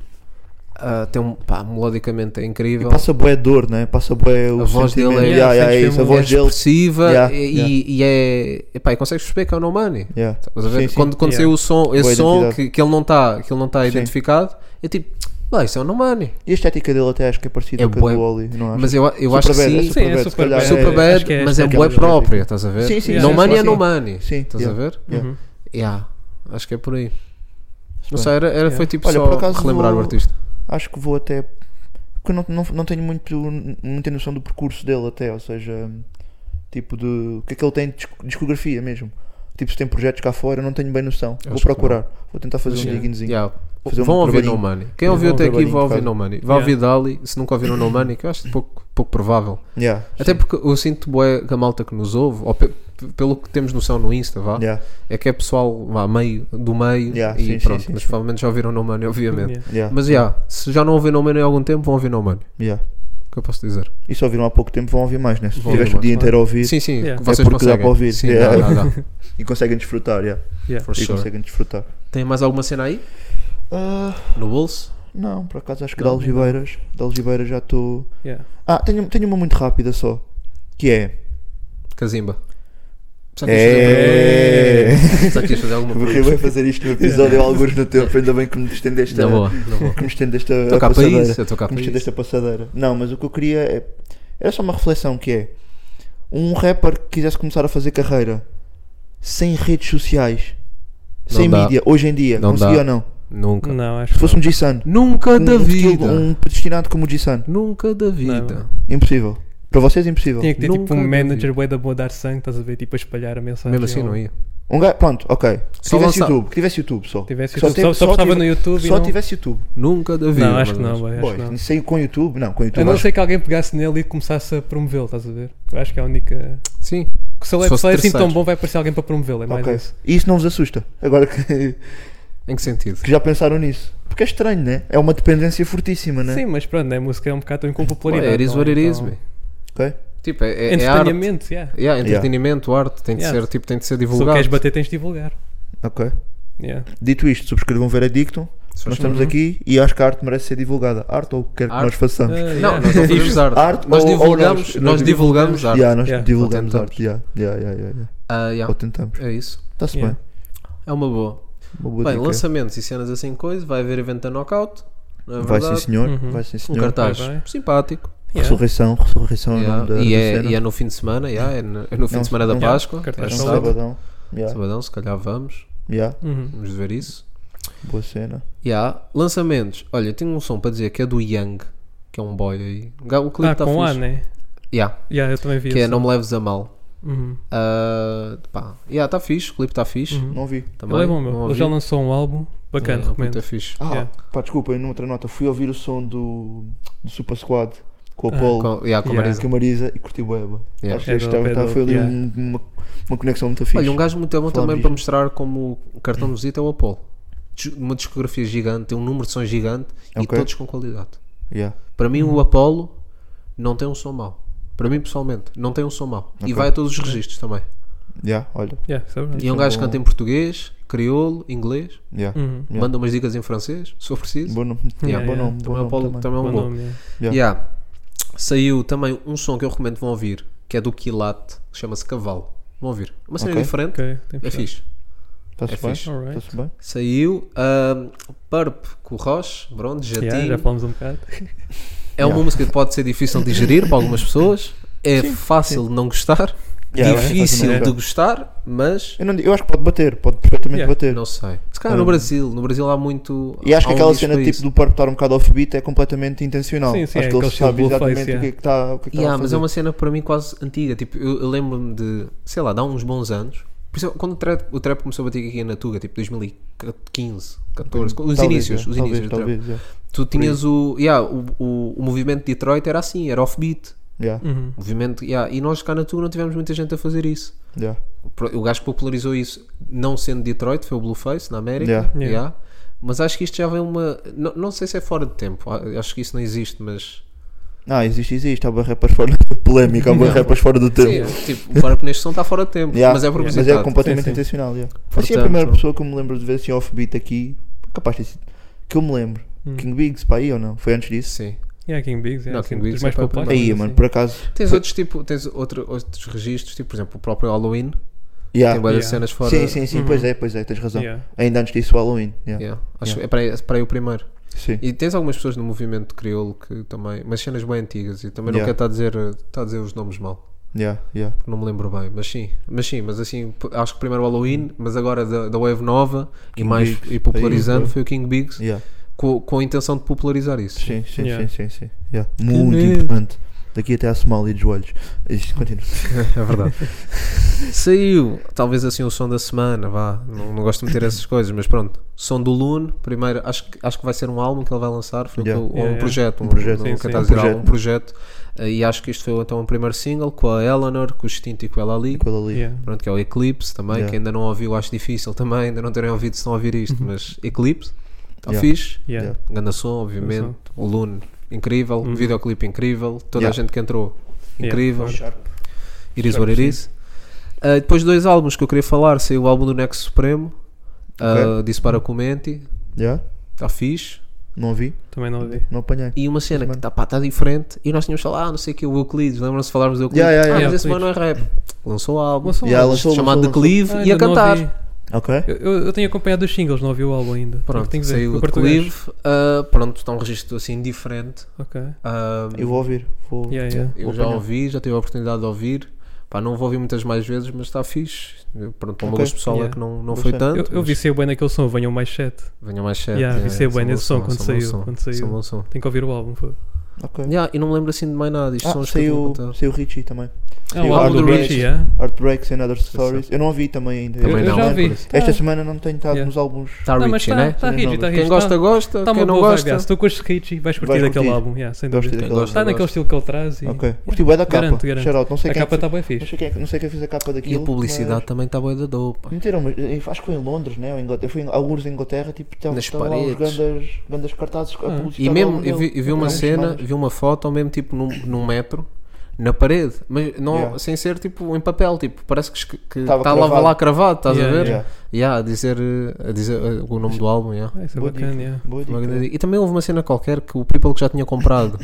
G: ah, tem um, pá, melodicamente é
F: E
G: incrível.
F: passa boé dor, né? Passa boé o
G: A voz dele é-
F: sentimento.
B: Yeah,
F: yeah, yeah,
B: sentes
F: é isso, a
B: mesmo-
G: é
F: voz dele.
G: expressiva
F: Yeah,
G: e,
F: yeah.
G: e é. Epá, e consegues perceber que é o Nomani.
F: Yeah.
G: Estás a ver?
F: Sim, sim.
G: Quando, quando
B: Yeah.
G: saiu o som,
F: Boa
G: esse som
F: identidade.
G: que, que ele não está tá
F: Sim.
G: identificado, é tipo, lá, isso é o Nomani.
F: E a estética dele até acho que é parecida
G: É
F: com a
G: bué-
F: do Oli, não acho?
G: Mas eu, eu acho que
F: Superbad,
G: sim,
F: é
B: Sim, é
F: Superbad, se
B: super
F: calhar
B: bad.
F: é-
G: super
B: Acho que
G: bad, mas é
B: esta tipo.
F: esta
G: boa
F: aquela
G: própria, estás a ver?
F: Sim, sim,
G: não
B: sim,
G: mania,
B: sim.
G: não mani.
F: Sim,
G: Estás
F: yeah.
G: a ver?
F: Yeah.
B: Uhum.
G: Yeah, Acho que é por aí. Não sei, era, era- foi tipo
F: Olha,
G: só
F: por acaso
G: relembrar
F: vou-
G: o artista.
F: Acho que vou até. Porque eu não, não, não tenho muito, muita noção do percurso dele, até, ou seja, tipo de. O que é que ele tem de disco- discografia mesmo? Tipo, se tem projetos cá fora, eu não tenho bem noção. vou
G: que não.
F: procurar, vou tentar fazer
G: Mas,
F: um
G: yeah.
F: diguinhozinho.
G: Yeah.
F: Fazer um
G: Vão ouvir No
F: trabalhinho.
G: Money. Quem
F: Sim,
G: ouviu
F: vão
G: até aqui
F: trabalhinho,
G: vai ouvir
F: faz.
G: No Money. Vai ouvir Dali, se nunca ouviram No Money, que eu acho pouco, pouco provável.
F: Yeah,
G: Até
F: sim.
G: porque eu sinto bué que a malta que nos ouve, ou pe- pelo que temos noção no Insta, vá,
F: Yeah,
G: é que é pessoal vá, meio, do meio
F: Yeah,
G: e
F: sim, sim,
G: pronto.
F: sim,
G: mas
F: sim.
G: provavelmente já ouviram No Money, obviamente.
B: Yeah.
F: yeah,
G: Mas já, se já não ouviram No Money há algum tempo, vão ouvir No Money.
F: yeah.
G: O que eu posso dizer?
F: E se ouviram há pouco tempo vão ouvir mais, né? Se
G: Vão
F: tiveste
G: ouvir
F: o dia
B: mais,
F: inteiro a ouvir
G: Sim, sim,
B: Yeah.
G: vocês
F: É porque
G: conseguem.
F: dá para ouvir.
G: Sim,
F: Yeah.
G: dá, dá, dá.
F: e conseguem desfrutar, yeah.
B: Yeah.
G: For
F: E
G: sure.
F: conseguem desfrutar.
G: Tem mais alguma cena aí?
F: Ah,
G: No bolso?
F: não, por acaso acho que
G: Não,
F: da Algibeiras, da Algibeiras já estou.
B: Yeah.
F: Ah, tenho, tenho uma muito rápida só. Que é.
G: Cazimba. Só que
F: É.
G: Só que ias fazer alguma
F: Porque eu
G: coisa.
F: vou fazer isto no episódio alguns no tempo, ainda bem que me estendeste
G: Na
B: é
F: a,
G: boa, na boa.
F: que me estendeste a,
G: Estou
F: a
G: cá para
F: É passadeira.
G: isso, eu estou cá
F: que
G: para
F: me
G: isso.
F: estendeste a passadeira. Não, mas o que eu queria é. Era só uma reflexão que é. Um rapper que quisesse começar a fazer carreira sem redes sociais,
G: Não
F: sem
G: dá.
F: mídia, hoje em dia,
G: Não
F: conseguia
G: dá.
F: ou não?
G: Nunca.
B: Não, acho
F: Se
B: que
F: fosse um G-Sun.
G: Nunca
F: um,
G: da
F: um tequil-
G: vida.
F: um destinado como o G-Sun.
G: Nunca da vida.
F: Impossível. Para vocês, impossível.
B: tinha que ter tipo
G: Nunca
B: um
G: ouvi.
B: manager bué da boa dar sangue, estás a ver? Tipo a espalhar a mensagem.
G: Mesmo assim
B: ao-
G: não ia.
F: Um gajo, pronto, ok. Que
G: Só
F: tivesse
G: lançar-
F: YouTube, que tivesse YouTube só.
B: Tivesse
F: Que
B: YouTube, só-
F: te-
B: só postava
F: tive-
B: no YouTube e
F: Só
B: não-
F: tivesse YouTube.
G: Nunca da vida.
B: Não, acho que
G: mas-
B: não, bué, acho
F: Boy,
B: que não.
F: sei com YouTube, não, com YouTube.
B: A não
F: acho-
B: ser que alguém pegasse nele e começasse a promovê-lo, estás a ver? Eu acho que é a única.
G: Sim.
B: Que se ele é,
G: Se
B: se
G: fosse
B: ele é assim tão
G: terceiro.
B: bom, vai aparecer alguém para promovê-lo, é mais
F: Ok.
B: isso.
F: E isso não vos assusta, agora que,
G: Em que sentido?
F: que já pensaram nisso. Porque é estranho, né? É uma dependência fortíssima, né?
B: Sim, mas pronto, né? a música é um bocado também com
G: Pô,
B: popularidade.
G: é, it is
B: não é?
G: what it is,
B: Então,
G: man.
F: Ok?
G: Tipo, é, é, é arte.
B: Entretenimento, yeah.
G: Yeah, entretenimento, arte, tem de,
B: Yeah.
G: ser, tipo, tem de ser
B: Se tu
G: divulgado.
B: queres bater, tens de divulgar.
F: Ok.
B: Yeah.
F: Dito isto, subscrevam Veredicto. Nós estamos aqui e acho que a arte merece ser divulgada. Arte ou o que quer que
G: Arte.
F: nós façamos.
B: Ah,
G: Não,
B: yeah.
G: nós não fazemos
B: Isto-
G: arte.
F: Arte
G: nós,
F: Ah, ou- ou
G: divulgamos,
F: nós-
G: nós,
F: nós
G: divulgamos arte.
F: Yeah, nós
B: Yeah.
F: divulgamos
G: Ou tentamos.
F: arte. Yeah, yeah, yeah, yeah, yeah.
G: Ah, yeah.
F: Ou tentamos.
G: É isso.
F: Está-se
B: Yeah.
F: bem.
G: É uma boa.
F: Uma boa
G: Bem,
F: dica.
G: lançamentos e cenas assim, coisa. Vai haver evento da Knockout. Não é
F: Vai sim,
G: verdade?
F: senhor.
B: Uhum.
F: Vai sim,
G: Um
F: senhor.
G: cartaz
B: Vai, vai.
G: simpático.
B: Yeah.
F: Ressurreição, ressurreição é o
G: yeah.
F: nome da,
G: e,
F: da
G: é,
F: cena.
G: e é no fim de semana. yeah, É no, é no fim
F: Não,
G: de semana da
F: não.
G: Páscoa.
B: Cartaz
G: é
F: É um
G: sábado.
F: sabadão. Yeah,
G: Sabadão, se calhar vamos.
F: yeah,
B: Uhum.
G: Vamos ver isso.
F: Boa cena.
G: Yeah. Lançamentos. Olha, tenho um som para dizer que é do Young, que é um boy aí. O ga- O clipe
B: Ah,
G: está
B: com A,
G: fixe.
B: né?
G: Yeah,
B: Yeah, eu também vi.
G: que é
B: esse.
G: Não Me Leves a Mal.
B: Uhum.
G: Ah, pá, yeah, está fixe, o clipe está fixe.
F: Não vi.
G: Também,
B: Ele é bom,
G: não
B: meu. Ele
G: ouvi.
B: já lançou um álbum bacana,
G: É, o clipe
B: recomendo.
G: tá fixe.
F: Ah,
B: Yeah.
F: pá, desculpa, eu noutra nota, fui ouvir o som do, do Super Squad, com o Paulo,
G: Com, yeah, com a
B: Yeah.
G: Marisa.
F: com a Marisa e curti o Eba.
G: Yeah.
F: Acho que este
B: É
F: estava,
B: dope, é
F: estava- foi ali
B: dope,
F: um- uma, uma conexão muito fixe.
G: Olha, um gajo muito bom
F: Falar
G: também
F: disto.
G: para mostrar como o cartão de visita é o Apollo. Dis- Uma discografia gigante, tem um número de sons gigante e
F: Ok.
G: todos com qualidade.
F: Yeah.
G: Para mim, o Apollo não tem um som mau. Para mim, pessoalmente, não tem um som mau. E
F: Ok.
G: vai a todos os registros também.
F: Yeah, olha.
B: Yeah, isso é verdade.
G: E é um
F: é
G: gajo que
F: bom.
G: canta em português, crioulo, inglês,
F: Yeah.
B: Uhum.
F: Yeah.
G: manda umas dicas em francês, se for preciso.
F: Bom nome.
B: Yeah,
F: Yeah, bom
B: yeah.
F: nome. Bom
G: também, o
F: nome
G: Apollo
F: também.
G: também é um
B: Bom
G: bom.
B: nome, yeah.
F: Yeah.
G: Yeah. Saiu também um som que eu recomendo vão ouvir, que é do Quilate, que chama-se Cavalo. Vão ouvir. Uma cena
F: Ok.
G: diferente,
B: Ok, tem que
G: é fixe.
F: Está-se
G: É
F: bem?
G: fixe.
B: Alright.
F: Está-se bem?
G: Saiu um, Purp com o Roche, Bronde, Jatinho.
B: Yeah, já falamos um bocado.
G: É uma
F: Yeah.
G: música que pode ser difícil de digerir para algumas pessoas. É fácil de não gostar,
F: Yeah, é
G: difícil
F: fácil de
G: de
F: não
G: gostar, mas
F: Eu, não, digo- eu acho que pode bater, pode perfeitamente
B: Yeah.
F: bater.
G: não sei. Se calhar no
F: Um,
G: Brasil, no Brasil há muito.
F: E acho que
G: há um
F: aquela
G: nicho
F: cena
G: para
F: tipo
G: isso.
F: do Purp estar um bocado offbeat é completamente intencional.
B: Sim, sim,
F: acho
B: é
F: que
B: aquele
F: ele
B: estilo
F: sabe
B: Blueface,
F: exatamente o que é que está o que é que tá
G: Yeah,
F: a
G: mas
F: fazer.
G: é uma cena para mim quase antiga. Tipo, eu, eu lembro-me de, sei lá, dá uns bons anos. Por exemplo, quando o trap, o trap começou a bater aqui na Tuga, tipo 2015, 14, os
F: Talvez,
G: inícios,
F: yeah,
G: os
F: talvez,
G: inícios do trap.
F: Talvez, yeah.
G: Tu tinhas o, yeah, o, o, o movimento de Detroit era assim, era offbeat.
F: Yeah,
B: Uhum.
G: Movimento, yeah, e nós cá na Tuga não tivemos muita gente a fazer isso.
F: yeah.
G: Pro- O gajo que popularizou isso, não sendo Detroit, foi o Blueface na América.
F: Yeah.
B: Yeah.
G: yeah. Mas acho que isto já vem uma. Não, não sei se é fora de tempo, a- acho que isso não existe, mas.
F: Ah, existe, existe. Há bué rappers fora polémica, há bué rappers fora do tempo.
G: Sim, tipo, o Parap neste som está fora de tempo,
F: Yeah,
G: mas é
F: mas é
G: propositado.
F: completamente
B: Sim, sim.
F: intencional. Yeah. Assim, a
G: Portanto-
F: primeira pessoa que eu me lembro de ver assim offbeat aqui, capaz de ter sido, que eu me lembro,
B: Hum.
F: King Biggs, para aí ou não? Foi antes disso?
G: Sim.
B: Yeah, King Biggs, yeah,
G: Não,
B: assim,
G: King
B: dos
G: Biggs
B: mais
G: é para
B: populares.
F: Aí,
B: assim.
F: mano, por acaso.
G: Tens outros tipo, tens outro, outros registros, tipo, por exemplo, o próprio Halloween,
F: Yeah.
G: tem várias
B: Yeah.
G: cenas fora.
F: Sim, sim, sim, pois é, pois é, tens razão.
B: Uhum. Yeah.
F: Ainda antes disso, o Halloween. Yeah.
G: Yeah, Acho que é para aí, é para aí o primeiro.
F: Sim.
G: E tens algumas pessoas no movimento crioulo que também. Mas cenas bem antigas e também não
F: Yeah.
G: quero estar a dizer, estar a dizer os nomes mal.
F: Yeah, yeah.
G: Não me lembro bem, mas sim, mas sim, mas assim, p- acho que primeiro o Halloween, mas agora da, da Wave Nova e
F: King
G: mais
F: Biggs.
G: e popularizando
F: Aí,
G: foi o King Biggs
F: Yeah.
G: com, com a intenção de popularizar isso.
F: Sim, sim,
B: Yeah.
F: sim, sim, sim. Yeah. Muito
G: medo.
F: importante. Daqui até à Somália de joelhos. Isto continua.
G: É verdade. Saiu, talvez assim, o som da semana, vá. Não, não gosto de meter essas coisas, mas pronto. Som do Lune, primeiro, acho, que- acho que vai ser um álbum que ele vai lançar, foi o que
F: Yeah.
G: eu- ou
B: Yeah,
G: um
B: yeah.
G: projeto,
F: Um projeto.
G: não
B: Sim,
G: quero
B: sim.
G: estar a
B: Um
G: dizer
F: projeto.
G: álbum, um projeto. E acho que isto foi então o primeiro single com a Eleanor, com o Extinto e com ela ali.
F: Aquilo ali.
B: Yeah.
G: Pronto, que é o Eclipse também,
F: Yeah. Uhum.
G: que ainda não ouviu, acho difícil também, ainda não terem ouvido se estão a ouvir isto, mas Eclipse, está
F: Yeah.
G: fixe,
B: Yeah.
G: ganda som, obviamente,
B: Ganda
G: o Lune, incrível, o videoclipe incrível, toda a
F: Uhum. Yeah.
G: gente que entrou,
B: Yeah,
G: incrível,
B: claro.
G: it is what it is. Ah, depois dois álbuns que eu queria falar, saiu o álbum do Nexo Supremo, ah, Disse para Comenti,
F: Yeah?
G: está fixe,
F: Não vi,
B: Também não ouvi.
F: não apanhei.
G: e uma cena que está pá, tá diferente, e nós tínhamos falado, ah, não sei o que, o Euclides, lembram-se de falarmos do Euclides?
F: Yeah, yeah,
G: ah,
B: yeah,
G: mas esse mano não é rap. Lançou o álbum,
B: Lançou um
F: Yeah,
B: álbum.
F: lançou-
G: chamado
F: lançou-
G: Declive,
B: Ah,
G: e
B: ainda
G: a
B: não
G: cantar.
B: ouvi.
F: Ok?
B: Eu, eu, eu tenho acompanhado os singles, não ouvi o álbum ainda.
G: Pronto,
B: tenho que dizer,
G: saiu
B: eu
G: o
B: curto o gajo.
G: declive. ah, pronto, está um registro assim diferente.
B: Ok.
G: ah,
F: Eu vou ouvir. Vou...
B: Yeah, yeah.
G: eu
F: vou
G: já
F: apanhar.
G: ouvi, já tive a oportunidade de ouvir. Pá, não vou ouvir muitas mais vezes, mas está fixe. Eu, Pronto, para o meu
F: Ok,
G: gosto pessoal é
B: yeah.
G: que não, não
F: Boa
G: foi
F: cena.
G: tanto.
B: Eu, eu vi
G: mas
B: ser bem naquele som, venham mais 7.
G: Venha mais cedo.
B: Yeah, vi ser bem nesse som quando saiu, quando
G: São
B: saiu.
G: é bom som.
B: Tenho que ouvir o álbum. Pô.
F: Ok.
G: Yeah, e não me lembro assim de mais nada. Isto são
F: Ah,
G: os que eu
F: saiu,
G: vou contar.
F: saiu o Richie também.
B: Ah, o
F: Sim, o
B: álbum
F: álbum
B: do
F: do
B: Richie,
G: é?
B: yeah.
F: Heartbreaks and Other Stories. Eu não ouvi também ainda.
G: Também
F: Eu-
B: eu
G: não,
B: já
G: é por
B: vi.
G: isso.
B: Tá.
F: Esta semana não tenho estado
B: Yeah.
F: nos álbuns.
G: Está
B: Não, mas
G: Richie,
B: tá-
G: né?
B: tá rígido, tá
G: Quem
B: rígido,
G: gosta,
B: tá-
G: gosta.
B: Está
G: Quem
B: uma
G: não
B: boa vibe.
G: gosta.
B: Se tu curtes Richie, vais curtir
F: Vais
B: daquele
F: curtir.
B: álbum. Yeah, sem
F: Gosto
B: dúvida.
F: daquele
G: Quem gosta,
B: Está naquele
G: gosta.
B: estilo que ele traz e
F: Ok. Curti bem da capa.
B: Garanto, garanto.
F: Shout-out. Não sei
B: a
F: quem é
B: capa
F: que-
B: está bem
F: não
B: fixe.
F: sei quem é que- não sei quem fez a capa
G: E
F: daquilo.
G: a publicidade
F: mas-
G: também está boa da dope. pá.
F: Meteram, mas, eh, acho que foi em Londres, né? ou em Inglaterra. Eu fui em- a URSS em Inglaterra, tipo,
G: Nas
F: estavam lá os
G: paredes.
F: grandes, grandes cartazes
B: Ah.
F: com a publicidade.
G: E mesmo,
F: ao
G: eu vi,
F: modelo.
G: eu vi uma
F: Grandes
G: cena,
F: semanas.
G: vi uma foto ao mesmo tipo num, num metro, na parede, mas não,
F: Yeah.
G: sem ser tipo em papel, tipo, parece que esque- que
F: Tava
G: está lá,
F: cravado.
G: lá cravado, estás
B: Yeah,
G: a ver?
F: yeah.
G: Yeah, a dizer, eh, a dizer eh, o nome do álbum, yeah.
B: Ah, isso é
F: Boa dica,
B: bacana, yeah.
F: boa
G: Uma
F: dica.
G: grande- E também houve uma cena qualquer que o people que já tinha comprado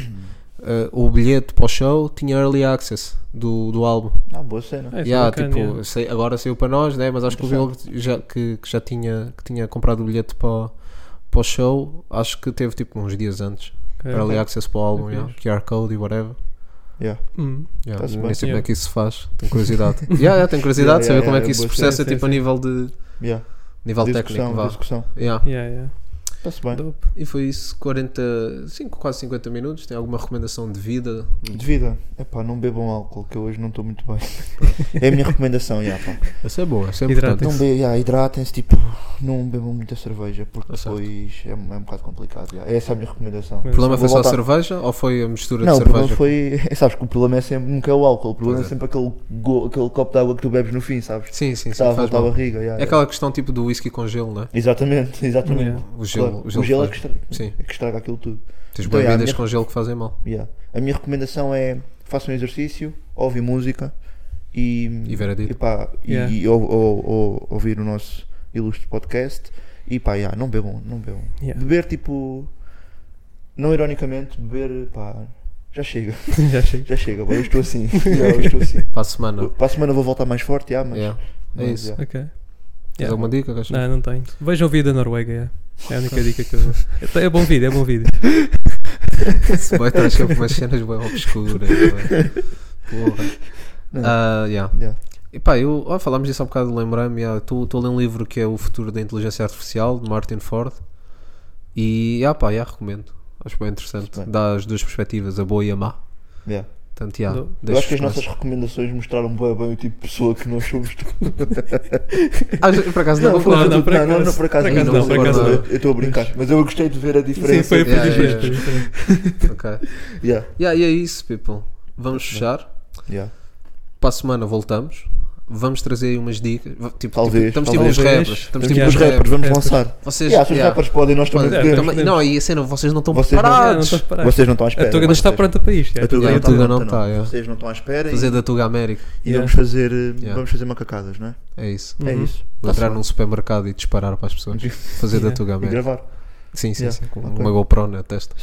G: eh, o bilhete para o show tinha early access do, do álbum.
F: Ah, boa cena.
B: Ah, isso é
G: Yeah,
B: bacana,
G: tipo,
B: yeah.
G: sei- agora saiu para nós, né? mas acho que o Will que já, que, que já tinha, que tinha comprado o bilhete para, o- para o show, acho que teve tipo uns dias antes.
B: Ok.
G: Early access para o álbum,
B: Ok.
G: yeah. QR Code e whatever.
F: Yeah.
B: Hum.
G: Yeah,
F: Tá-se
G: nem
F: bem.
G: sei como é
B: Yeah.
G: que isso se faz, tenho curiosidade. yeah, yeah, tenho curiosidade
F: Yeah,
G: de saber
F: yeah,
G: como é
F: yeah,
G: que isso se
F: boa
G: processa
B: cena.
G: tipo, a nível de
F: Yeah.
G: nível técnico.
F: Discussão,
G: Vá.
F: discussão.
G: Yeah.
B: Yeah, yeah.
F: Está-se bem.
B: Dope.
G: E foi isso, 45, quase 50 minutos. Tem alguma recomendação de vida?
F: De vida, epá, não bebam álcool, que eu hoje não estou muito bem. é a minha recomendação, já, pá.
G: Essa é boa, essa é
B: Hidratem-se.
G: importante.
F: Não be, yeah, hidratem-se, tipo, não bebam muita cerveja, porque
G: Tá certo.
F: depois é, é um bocado complicado. yeah. Essa é a minha recomendação.
G: O problema foi
F: Vou
G: só a
F: voltar.
G: cerveja ou foi a mistura
F: Não,
G: de
F: o problema
G: cerveja?
F: foi. Sabes que o problema é sempre, nunca é o álcool, o problema é.
G: Pois é.
F: sempre aquele, go- aquele copo de água que tu bebes no fim, sabes? que
G: Sim, sim, sim.
F: está a
G: faz
F: voltar à
G: mal.
F: barriga. yeah,
G: É
F: yeah.
G: aquela questão tipo do whisky com gelo, não é?
F: Exatamente, exatamente.
B: Yeah.
G: O gelo-
F: Claro,
G: o gelo
F: é
G: faz-
F: que, estraga,
G: sim.
F: é que estraga aquilo tudo.
G: Tens
F: Então, é, a
G: bebidas
F: minha-
G: com gelo que fazem mal.
F: Yeah. A minha recomendação é façam exercício, ouvem música e,
G: E ver a dita.
F: e pá, e-
B: Yeah.
F: e ou- ou- ou- ouvir o nosso ilustre podcast e pá, yeah, não bebam, não bebam.
B: Yeah.
F: Beber tipo, não ironicamente, beber pá, já chega,
B: Já chega.
F: já chega, pá, eu estou assim, yeah, eu estou assim.
G: Para a semana.
F: Para a semana vou voltar mais forte, yeah, mas,
G: Yeah. É
F: mas,
G: isso.
F: yeah.
B: Ok.
G: Tens
B: Yeah.
G: alguma dica? Gajo?
B: Não, não tenho. Vejam o vídeo da Noruega, é. É a única dica que eu dou. É bom vídeo, é bom vídeo.
G: Se bem, traz sempre umas cenas bem obscuras. bué. Porra.
F: Não.
G: Ah, yeah.
F: Yeah.
G: E pá, eu, ó, falámos disso há bocado, lembrei-me. Estou a ler um livro que é O Futuro da Inteligência Artificial, de Martin Ford. E, ah, pá, yeah, recomendo. Acho bem interessante.
F: Bem.
G: Dá as duas perspectivas, a boa e a má.
F: Yeah.
G: Portanto, yeah,
B: Eu
F: Eu acho que as
G: deixo-vos com
F: nossas recomendações mostraram bem, bem o tipo de pessoa que nós somos.
G: essa. Ah, já- por acaso não,
F: Não,
G: concordo.
F: não, não,
B: por
F: não, não,
B: acaso-
F: não, por acaso
B: por
G: acaso não,
F: não,
G: por acaso
F: eu-
G: não.
F: eu estou a brincar, mas eu gostei de ver a
B: Sim,
F: diferença.
B: foi a
G: Yeah,
B: yeah,
G: yeah, Ok.
F: Yeah,
G: Yeah, e é isso, people. Vamos fechar.
F: yeah.
G: Para a semana voltamos. Vamos trazer aí umas dicas. Va- Tipo,
F: Talvez,
G: tipo, estamos
F: talvez.
G: tipo nos rappers.
F: Temos
G: Estamos tipo
F: tipo
G: nos
F: os rappers, vamos
B: rappers.
F: lançar.
G: Vocês,
F: Yeah, se os
G: yeah. é, então,
F: rappers podem, nós também Ah,
G: Mas,
B: podemos.
G: também-
B: podemos.
G: não, e a cena, vocês não estão
F: Vocês
B: Não,
F: não-
B: não
G: preparados.
B: estou a esperar.
F: Vocês não
G: É,
F: estão à espera.
B: A Tuga não está
F: vocês-
B: pronta para isto.
F: A
B: yeah.
F: Tuga
G: Yeah,
F: não
G: a
F: está
G: Tuga
F: pronta,
G: não está,
F: não.
G: yeah.
F: Vocês não estão à espera
G: Fazer
F: e
G: da Tuga América.
F: e
B: Yeah.
F: vamos fazer eh,
G: Yeah.
F: vamos fazer macacadas, não é?
G: É isso.
F: É
B: Uhum.
F: isso.
G: Vou
F: Tá-se
G: entrar
F: bem.
G: num supermercado e disparar para as pessoas. Fazer da
B: Yeah.
G: Tuga
F: E
G: América.
F: gravar,
G: Sim, sim,
F: Yeah,
G: sim. Com
F: ok.
G: uma GoPro na testa.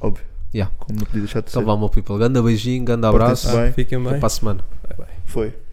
F: óbvio.
G: Yeah.
F: Como não podia deixar de ser.
G: Então vá, meu people. Grande beijinho, grande abraço.
F: Portem-se bem.
B: Ah, Fiquem
G: Até
B: bem.
G: para a semana.
F: Foi.